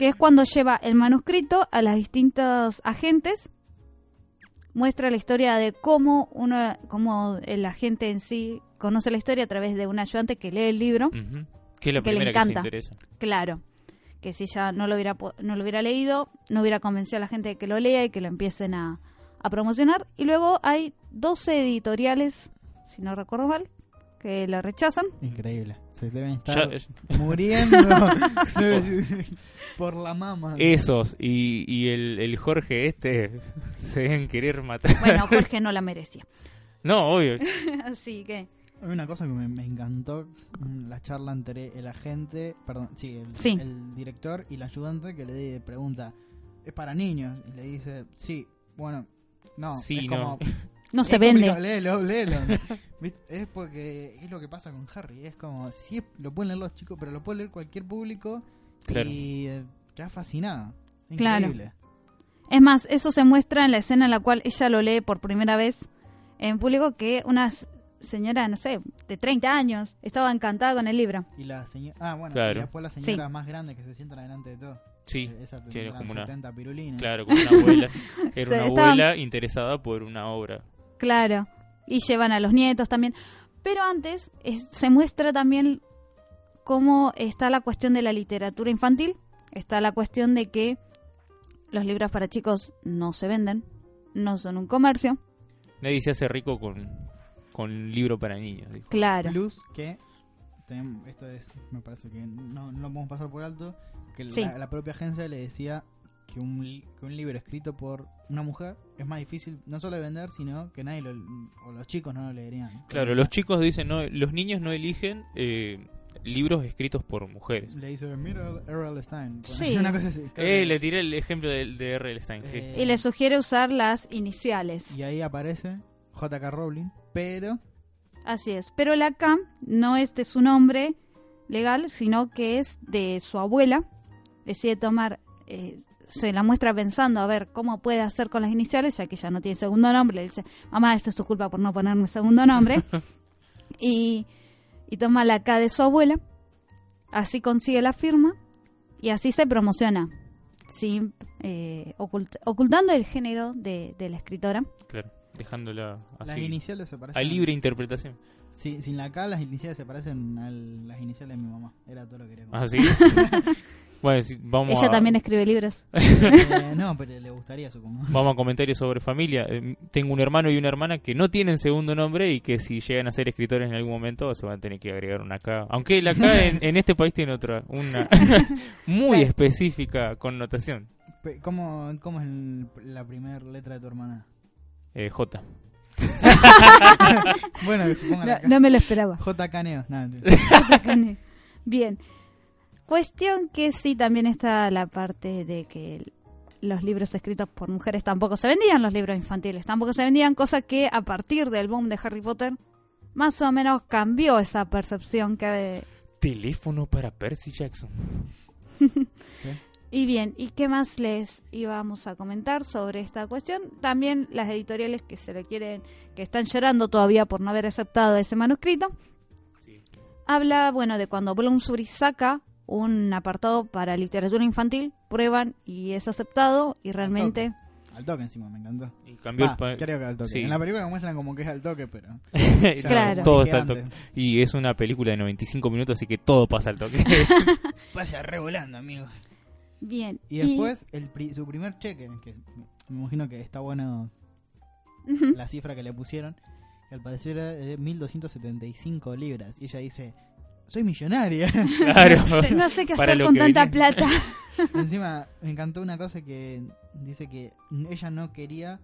S1: que es cuando lleva el manuscrito a los distintos agentes, muestra la historia de cómo, uno, cómo el agente en sí conoce la historia a través de un ayudante que lee el libro,
S2: Ujú. Que es la
S1: Que le
S2: primera que se
S1: encanta.
S2: interesa.
S1: claro, que si ya no lo hubiera, po- no lo hubiera leído, no hubiera convencido a la gente de que lo lea y que lo empiecen a, a promocionar, y luego hay 12 editoriales, si no recuerdo mal, que lo rechazan.
S3: Increíble. Se deben
S2: Ya- <laughs>
S3: estar muriendo Se- por la mama.
S2: esos y, y el, el Jorge este <laughs> se deben querer matar.
S3: <laughs>
S1: Bueno, Jorge no la merecía. <laughs>
S2: No, obvio.
S1: Así que.
S3: Hay una cosa que me, me encantó mm, la charla entre el agente, perdón, sí el,
S1: Sí.
S3: el director y el ayudante que le di- pregunta, ¿es para niños? Y le dice, sí, bueno, no,
S2: Sí,
S3: es
S2: no.
S3: como,
S1: No se
S3: Es complicado,
S1: vende.
S3: Léelo, <laughs> léelo. ¿Viste? es porque es lo que pasa con Harry. Es como, sí, lo pueden leer los chicos, pero lo puede leer cualquier público.
S2: Claro.
S3: Y eh, queda fascinado.
S1: Claro.
S3: Increíble.
S1: Es más, eso se muestra en la escena en la cual ella lo lee por primera vez en público que una s- señora, no sé, de 30 años estaba encantada con el libro.
S3: Y la señora. Ah, bueno,
S2: Claro.
S3: y después las
S1: Sí.
S3: señoras más grandes que se sientan delante de todo.
S2: Sí,
S3: Esas
S2: sí, era
S3: tendrán
S2: como una-
S3: 70 pirulinas.
S2: claro, como
S1: <laughs>
S2: una abuela. Era
S1: Se
S2: una
S1: estaban-
S2: abuela interesada por una obra.
S1: Claro. Y llevan a los nietos también. Pero antes es- se muestra también cómo está la cuestión de la literatura infantil. Está la cuestión de que Los libros para chicos no se venden, no son un comercio.
S2: Nadie se hace rico con, con un libro para niños. dijo.
S1: Claro.
S3: Plus que, tem- esto es, me parece que no, no lo podemos pasar por alto, que la-
S1: Sí.
S3: la, propia agencia le decía que un, li- que un libro escrito por una mujer es más difícil no solo de vender, sino que nadie lo, o los chicos no lo leerían.
S2: Claro, los chicos dicen, no, los niños no eligen eh, libros escritos por mujeres.
S3: Le dice, mira R.L. Stein.
S1: Sí.
S3: Una cosa así. Claro.
S2: Eh, le tiré el ejemplo de, de R.L. Stein, sí.
S3: Eh,
S1: Y le sugiere usar las iniciales.
S3: Y ahí aparece J.K. Rowling, pero
S1: Así es. Pero la K no es de su nombre legal, sino que es de su abuela. Decide tomar, eh, se la muestra pensando a ver cómo puede hacer con las iniciales, ya que ya no tiene segundo nombre. Le dice, mamá, esto es tu culpa por no ponerme segundo nombre. y, y toma la K de su abuela. Así consigue la firma y así se promociona. Sin, eh, ocult- ocultando el género de, de la escritora.
S2: Claro, dejándola
S3: las
S2: así.
S3: iniciales se parecen.
S2: A libre interpretación.
S3: Sin, sin la K, las iniciales se parecen a las iniciales de mi mamá. Era todo lo que quería. comentar.
S2: ¿Así?
S3: <laughs>
S2: Ah, bueno, sí, vamos
S1: Ella
S2: a-
S1: también escribe libros.
S3: Eh, no, pero le gustaría, supongo.
S2: Vamos a comentarios sobre familia. Eh, Tengo un hermano y una hermana que no tienen segundo nombre y que si llegan a ser escritores en algún momento se van a tener que agregar una K. Aunque la K
S3: <laughs>
S2: en, en este país tiene otra, una muy específica connotación.
S3: Pe- ¿Cómo, cómo es el- la primera letra de tu hermana?
S2: Eh, J.
S3: Bueno, que suponga
S1: No,
S3: la K.
S1: no me lo esperaba.
S3: J. Caneo.
S1: <laughs>
S3: No, mentira.
S1: Cane. Bien. Cuestión que sí, también está la parte de que el- los libros escritos por mujeres tampoco se vendían, los libros infantiles tampoco se vendían, cosa que a partir del boom de Harry Potter más o menos cambió esa percepción que...
S2: Teléfono para Percy Jackson.
S1: Y bien, ¿y qué más les íbamos a comentar sobre esta cuestión? También las editoriales que se lo quieren, que están llorando todavía por no haber aceptado ese manuscrito. Habla, bueno, de cuando Bloomsbury saca un apartado para literatura infantil, prueban y es aceptado y realmente...
S3: Al toque encima, me encantó.
S2: Y cambió
S3: Va,
S2: el pa-
S3: creo que al toque.
S2: Sí.
S3: En la película lo muestran como que es al
S2: <laughs>
S3: toque, pero...
S2: Ya,
S1: Claro.
S2: Todo
S3: Dije
S2: está al toque.
S3: antes.
S2: Y es una película de 95 minutos, así que todo pasa al toque. <laughs>
S3: Pasa regulando, amigo.
S1: Bien.
S3: Y después, el pri- su primer cheque, que me imagino que está bueno
S1: Ujú.
S3: la cifra que le pusieron, que al parecer era de 1275 libras. Y ella dice, soy millonaria.
S1: <laughs>
S2: claro.
S1: <laughs> No sé qué
S2: Para
S1: hacer
S2: lo
S1: con
S2: que
S1: tanta
S2: venía.
S1: plata.
S2: <laughs>
S3: Encima, me encantó una cosa que dice que ella no quería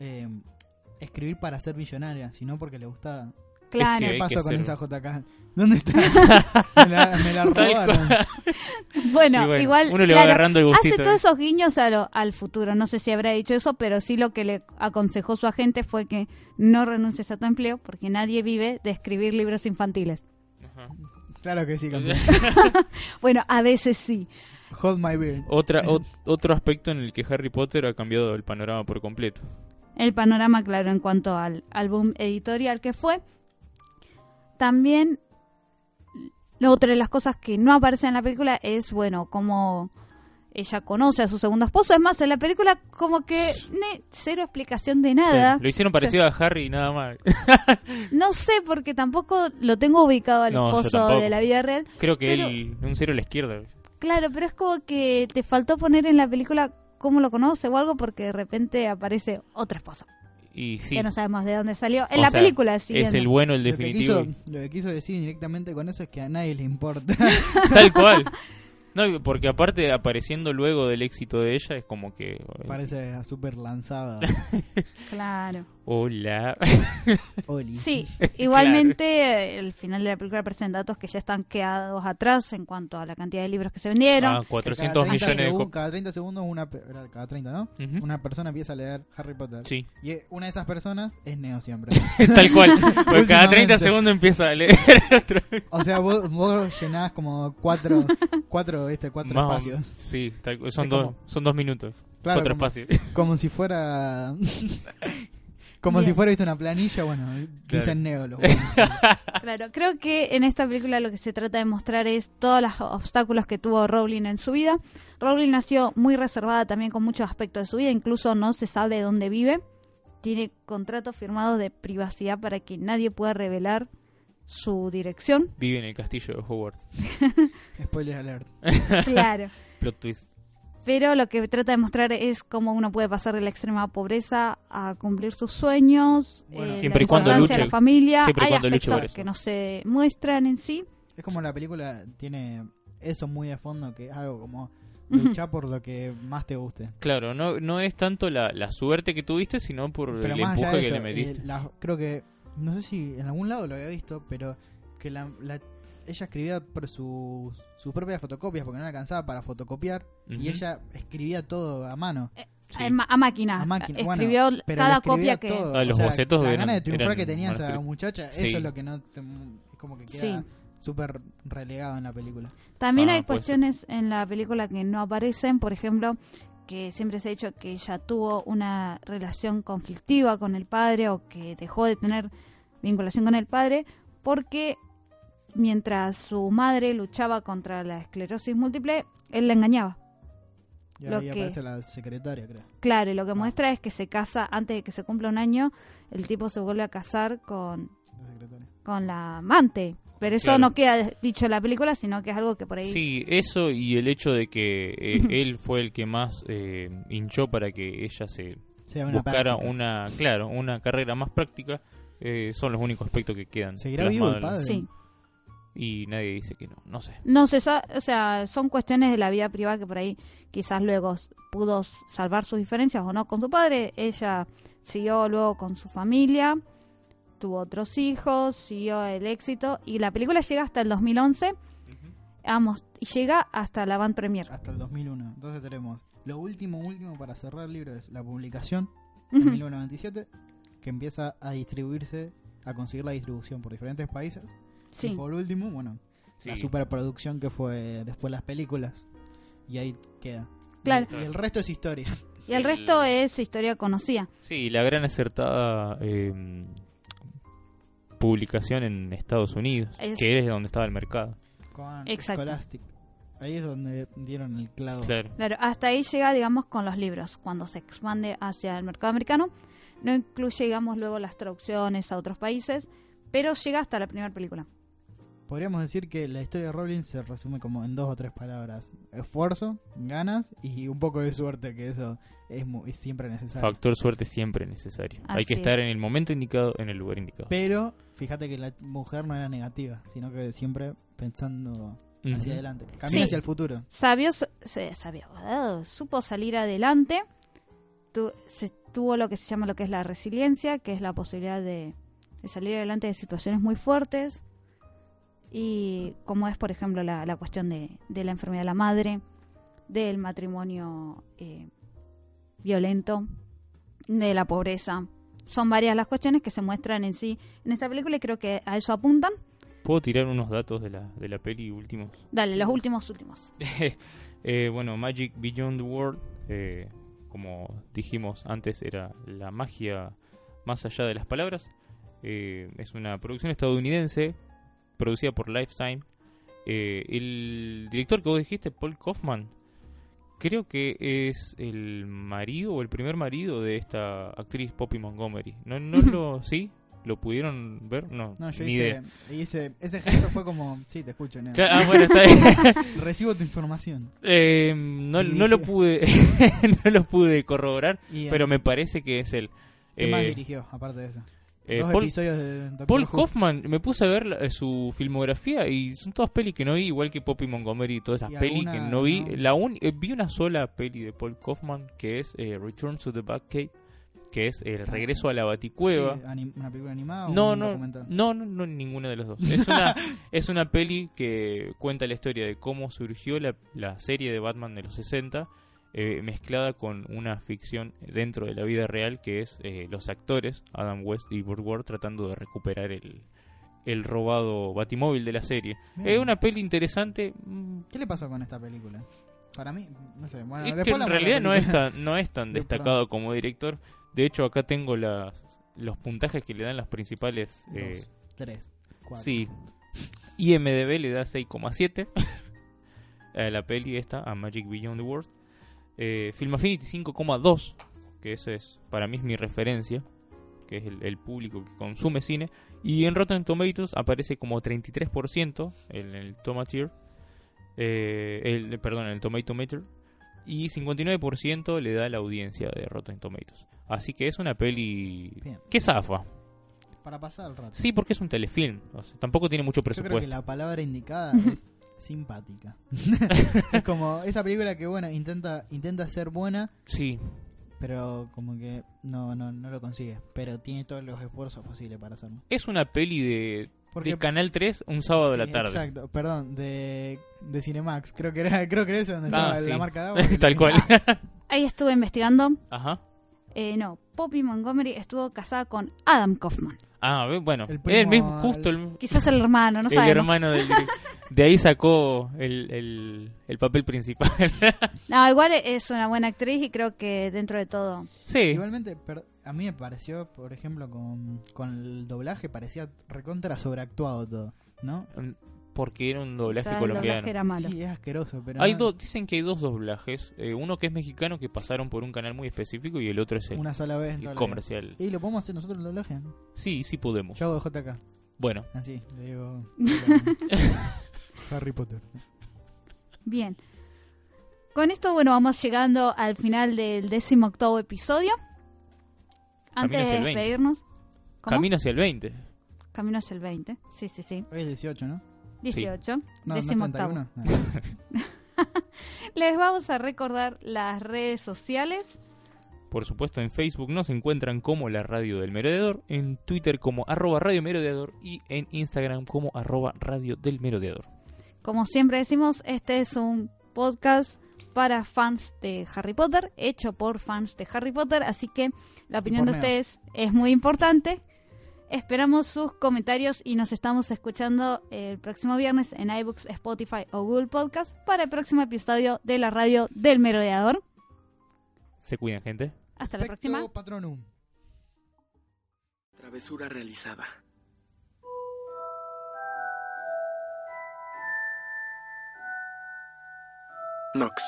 S3: eh, escribir para ser millonaria, sino porque le gustaba.
S1: Claro.
S2: que-
S3: ¿Qué
S2: hay
S3: pasó con
S2: ser-
S3: esa JK? ¿Dónde está? me la, me
S2: <laughs>
S3: la
S2: Tal
S3: robaron.
S2: cual.
S1: Bueno,
S2: Y bueno,
S1: igual...
S2: uno le va
S1: claro,
S2: agarrando el gustito. ¿eh?
S1: Hace todos esos guiños a lo- al futuro. No sé si habrá dicho eso, pero sí lo que le aconsejó su agente fue que no renuncies a tu empleo porque nadie vive de escribir libros infantiles.
S2: Ajá.
S3: Claro que
S2: <laughs>
S3: sí, campeón.
S1: Bueno, a veces sí.
S3: Hold my beer.
S2: Otra, ot- otro aspecto en el que Harry Potter ha cambiado el panorama por completo.
S1: El panorama, claro, en cuanto al álbum editorial que fue. También, la otra de las cosas que no aparece en la película es, bueno, cómo ella conoce a su segundo esposo. Es más, en la película como que ni cero explicación de nada.
S2: Lo hicieron parecido a Harry y nada más.
S1: No sé, porque tampoco lo tengo ubicado al
S2: No, yo
S1: esposo
S2: tampoco.
S1: de la vida real.
S2: Creo que
S1: Pero-
S2: él, un cero a la izquierda.
S1: Claro, pero es como que te faltó poner en la película cómo lo conoce o algo, porque de repente aparece otra esposa,
S2: Y sí,
S1: que no sabemos de dónde salió. En
S2: O
S1: la
S2: sea,
S1: película,
S2: es
S1: siguiendo.
S2: el bueno, el
S3: Lo que,
S2: definitivo.
S3: quiso, lo que quiso decir directamente con eso es que a nadie
S2: <laughs>
S3: le importa.
S2: Tal
S3: <laughs>
S2: cual. No, porque aparte, apareciendo luego del éxito de ella, es como que.
S3: Parece
S2: <laughs>
S3: súper lanzada.
S1: Claro.
S2: Hola. <laughs>
S3: Oli.
S1: Sí, igualmente eh, el final de la película presenta datos que ya están quedados atrás en cuanto a la cantidad de libros que se vendieron.
S2: Ah,
S3: Que
S2: 400
S3: cada 30
S2: millones de
S3: segun-
S2: copias.
S3: Cada 30 segundos, una, pe- era cada 30, ¿no?
S2: Ujú.
S3: Una persona empieza a leer Harry Potter.
S2: Sí, <laughs>
S3: Y eh, una de esas personas es Neo siempre.
S2: tal
S3: <laughs>
S2: cual. Porque cada 30
S3: Últimamente.
S2: segundos empieza a leer otro.
S3: O sea, vos, vos llenás como cuatro, cuatro, este, cuatro
S2: Más o-
S3: espacios.
S2: Sí, tal cual. Son,
S3: Es
S2: dos,
S3: como-
S2: son dos minutos.
S3: Claro,
S2: Cuatro
S3: como-
S2: espacios. <laughs>
S3: Como si fuera. como si
S1: Bien.
S3: fuera, viste, una planilla. Bueno, dicen Neo los <laughs> buenos.
S1: Claro, creo que en esta película lo que se trata de mostrar es todos los obstáculos que tuvo Rowling en su vida. Rowling nació muy reservada también con muchos aspectos de su vida, incluso no se sabe dónde vive. Tiene contratos firmados de privacidad para que nadie pueda revelar su
S2: <laughs>
S1: dirección.
S2: Vive en el castillo de Hogwarts.
S3: Spoiler alert.
S1: Claro.
S2: Plot twist.
S1: Pero lo que trata de mostrar es cómo uno puede pasar de la extrema pobreza a cumplir sus sueños,
S3: Bueno,
S1: eh,
S3: Siempre
S1: la
S3: y cuando
S1: importancia de
S3: luche-
S1: la familia,
S2: siempre y
S1: hay
S2: cuando luche
S1: aspectos
S2: por eso.
S1: que no se muestran en sí.
S3: Es como la película tiene eso muy de fondo, que es algo como
S1: Ujú.
S3: luchar por lo que más te guste.
S2: Claro, no, no es tanto la, la suerte que tuviste, sino por
S3: Pero
S2: el
S3: más allá
S2: empuje
S3: de
S2: que le
S3: eso, eh,
S2: metiste.
S3: la- creo que, no sé si en algún lado lo había visto, pero que la, la- ella escribía por sus, sus propias fotocopias, porque no la alcanzaba para fotocopiar,
S2: Ujú.
S3: y ella escribía todo a mano.
S1: A, ma- a máquina.
S3: A máquina,
S1: Escribió
S3: bueno, pero
S1: cada
S3: lo
S1: copia
S3: escribía
S1: que...
S3: todo.
S2: Ah, los
S3: O sea,
S2: bocetos
S3: La
S2: eran-
S3: gana de triunfar
S2: eran
S3: que tenía esa
S2: manuscritos.
S3: muchacha,
S2: Sí.
S3: eso es lo que no... te- es como que queda
S1: Sí.
S3: súper relegado en la película.
S1: También
S2: Ah,
S1: hay
S2: puede ser.
S1: cuestiones en la película que no aparecen, por ejemplo, que siempre se ha dicho que ella tuvo una relación conflictiva con el padre o que dejó de tener vinculación con el padre porque mientras su madre luchaba contra la esclerosis múltiple, él la engañaba.
S3: Y
S1: Lo
S3: ahí
S1: que-
S3: aparece la secretaria, creo.
S1: Claro, y lo
S3: Ah.
S1: que muestra es que se casa antes de que se cumpla un año, el tipo se vuelve a casar con,
S3: La secretaria.
S1: con la amante. Pero eso
S2: Claro.
S1: no queda dicho en la película, sino que es algo que por ahí...
S2: Sí, eso y el hecho de que eh,
S3: <laughs>
S2: él fue el que más eh, hinchó para que ella se
S3: Sea una
S2: buscara
S3: práctica.
S2: una, claro, una carrera más práctica, eh, son los únicos aspectos que quedan.
S3: ¿Seguirá vivo el
S2: plasmados en-
S3: padre?
S1: Sí.
S2: Y nadie dice que no, no sé.
S1: No se sa- o sea, son cuestiones de la vida privada que por ahí quizás luego s- pudo s- salvar sus diferencias o no con su padre. Ella siguió luego con su familia, tuvo otros hijos, siguió el éxito y la película llega hasta el 2011. Vamos, y llega hasta la van premier.
S3: hasta el 2001. Entonces tenemos lo último, último para cerrar el libro es la publicación en
S1: Ujú.
S3: 1997, que empieza a distribuirse, a conseguir la distribución por diferentes países. Y
S1: <laughs> Sí.
S3: por último, bueno, la
S2: Sí.
S3: superproducción que fue después las películas. Y ahí queda.
S1: Claro.
S3: Y, y el resto es historia.
S1: Y el resto es historia conocida.
S2: Sí, la gran acertada eh, publicación en Estados Unidos,
S1: Es-
S2: que es donde estaba el mercado.
S3: Con
S1: Exacto.
S3: Scholastic. Ahí es donde dieron el clavo.
S2: Claro.
S1: Claro, hasta ahí llega, digamos, con los libros, cuando se expande hacia el mercado americano. No incluye, digamos, luego las traducciones a otros países, pero llega hasta la primera película.
S3: Podríamos decir que la historia de Rowling se resume como en dos o tres palabras: esfuerzo, ganas y un poco de suerte, que eso es, mu- es siempre necesario.
S2: Factor suerte siempre necesario. Hay
S1: Así
S2: que
S1: es.
S2: estar en el momento indicado, en el lugar indicado.
S3: Pero fíjate que la mujer no era negativa, sino que siempre pensando hacia
S2: Ujú.
S3: adelante. Camina
S1: Sí.
S3: hacia el futuro.
S1: Sabió, s- se, sabió, ah, supo salir adelante. Tu- se tuvo lo que se llama lo que es la resiliencia, que es la posibilidad de, de salir adelante de situaciones muy fuertes. Y como es, por ejemplo, la, la cuestión de, de la enfermedad de la madre, del matrimonio eh, violento, de la pobreza. Son varias las cuestiones que se muestran en sí en esta película y creo que a eso apuntan.
S2: ¿Puedo tirar unos datos de la, de la peli últimos?
S1: Dale, los últimos, últimos.
S2: <laughs> Eh, bueno, Magic Beyond the World, eh, como dijimos antes, era la magia más allá de las palabras. Eh, es una producción estadounidense producida por Lifetime. Eh, el director que vos dijiste, Paul Kaufman, creo que es el marido o el primer marido de esta actriz Poppy Montgomery. ¿No,
S3: <laughs>
S2: no
S1: Ujú.
S2: lo, sí? ¿Lo pudieron ver? No,
S3: No, yo
S2: ni idea.
S3: hice, hice- Ese gesto fue como: Sí, te escucho, nena.
S2: Claro, ah, bueno, está bien.
S3: <laughs> Recibo tu información.
S2: Eh, no, no lo pude <laughs> no lo pude corroborar,
S3: Y, eh,
S2: pero me parece que es él.
S3: ¿Qué más
S2: Eh,
S3: dirigió, aparte de eso?
S2: eh,
S3: Dos
S2: Paul,
S3: episodios de Doctor
S2: Paul
S3: Who.
S2: Kaufman, me puse a ver la- eh, su filmografía y son todas pelis que no vi, igual que Poppy Montgomery y todas
S3: Y
S2: esas pelis que
S3: alguna,
S2: no vi.
S3: ¿no?
S2: La un- eh, vi una sola peli de Paul Kaufman que es eh, Return to the Batcave, que es el regreso a la
S3: Sí,
S2: Baticueva.
S3: anim- ¿Una película animada o
S2: No,
S3: Ah, un
S2: no,
S3: documental?
S2: no, no, no, ninguna de las dos. Es
S3: <laughs>
S2: una, es una peli que cuenta la historia de cómo surgió la, la serie de Batman de los 60, eh, mezclada con una ficción dentro de la vida real, que es eh, los actores, Adam West y Burt Ward, tratando de recuperar el, el robado Batimóvil de la serie.
S3: Bien.
S2: Es una peli interesante. mm,
S3: ¿Qué le pasó con esta película? Para mí, no sé. Bueno,
S2: es que
S3: después
S2: en
S3: hablamos de la
S2: realidad no es
S3: <laughs> película.
S2: tan, no es tan
S3: Después
S2: destacado como director. De hecho, acá tengo las, los puntajes que le dan las principales... eh,
S3: Dos, tres, cuatro.
S2: Sí. IMDB le da <laughs> 6,7 a Eh, la peli esta, a Magic Beyond the World. Eh, Film Affinity 5,2, que eso es, para mí es mi referencia, que es el, el público que consume cine. Y en Rotten Tomatoes aparece como 33% en el Tomateer, eh, el, perdón, en el Tomato Meter. Y 59% le da la audiencia de Rotten Tomatoes. Así que es una peli
S3: Bien.
S2: que zafa.
S3: Para pasar el rato.
S2: Sí, porque es un telefilm. O sea, tampoco tiene mucho
S3: Yo creo que
S2: presupuesto.
S3: la
S2: <laughs>
S3: palabra indicada es simpática. <laughs> es como esa película que, bueno, intenta, intenta ser buena,
S2: Sí,
S3: pero como que no, no, no lo consigue. Pero tiene todos los esfuerzos posibles para hacerlo.
S2: es una peli de,
S3: Porque-
S2: de Canal 3 un sábado de la
S3: Sí,
S2: tarde. <laughs>
S3: Exacto, perdón, de, de Cinemax. Creo que era, creo que era esa donde
S2: Ah,
S3: estaba
S2: sí.
S3: la marca
S2: <laughs>
S3: de agua. que
S2: Tal
S3: la-
S2: cual.
S1: Ahí estuve investigando.
S2: Ajá.
S1: Eh, no, Poppy Montgomery estuvo casada con Adam Kaufman.
S2: Ah, ve- bueno.
S3: El
S2: era el
S3: primo
S2: mismo,
S3: al-
S2: justo el,
S1: Quizás el hermano, no
S2: el
S1: sabemos.
S2: hermano del direc-
S1: <laughs>
S2: De ahí sacó el, el- el papel principal. <laughs>
S1: No, igual es una buena actriz y creo que dentro de todo.
S2: sí.
S3: Igualmente, per- a mí me pareció, por ejemplo, con, con el doblaje, parecía recontra sobreactuado todo, ¿no?
S2: Mm, Porque era un
S1: O
S2: doblaje
S1: sea, el
S2: colombiano.
S1: doblaje era malo.
S3: Sí, es asqueroso, pero.
S2: Hay
S3: no-
S2: dos, dicen que hay dos doblajes. eh, uno que es mexicano que pasaron por un canal muy específico y el otro es el,
S3: Una sola vez en
S2: el
S3: toda la
S2: comercial.
S3: vida. ¿Y lo podemos hacer nosotros el doblaje?
S2: Sí, sí podemos.
S3: Yo hago JK.
S2: Bueno,
S3: Así, le digo.
S2: <laughs>
S3: Harry Potter.
S1: Bien. Con esto, bueno, vamos llegando al final del décimo octavo episodio.
S2: Camino
S1: Antes
S2: hacia
S1: de
S2: el 20.
S1: despedirnos. ¿Cómo?
S2: camino hacia el 20.
S1: Camino hacia el 20. Sí, sí, sí.
S3: Hoy es 18, ¿no?
S1: 18.
S3: No,
S1: décimo
S3: no es
S1: octavo.
S3: 31. No.
S1: Les vamos a recordar las redes sociales.
S2: Por supuesto, en Facebook nos encuentran como la Radio del Merodeador, en Twitter como arroba Radio Merodeador y en Instagram como arroba Radio del Merodeador.
S1: Como siempre decimos, este es un podcast para fans de Harry Potter, hecho por fans de Harry Potter, así que la opinión de
S3: por
S1: ustedes es muy importante. Esperamos sus comentarios y nos estamos escuchando el próximo viernes en iBooks, Spotify o Google Podcast para el próximo episodio de la radio del merodeador.
S2: Se cuidan, gente.
S1: Hasta la próxima.
S3: Pecto Patronum.
S9: Travesura realizada. Nox.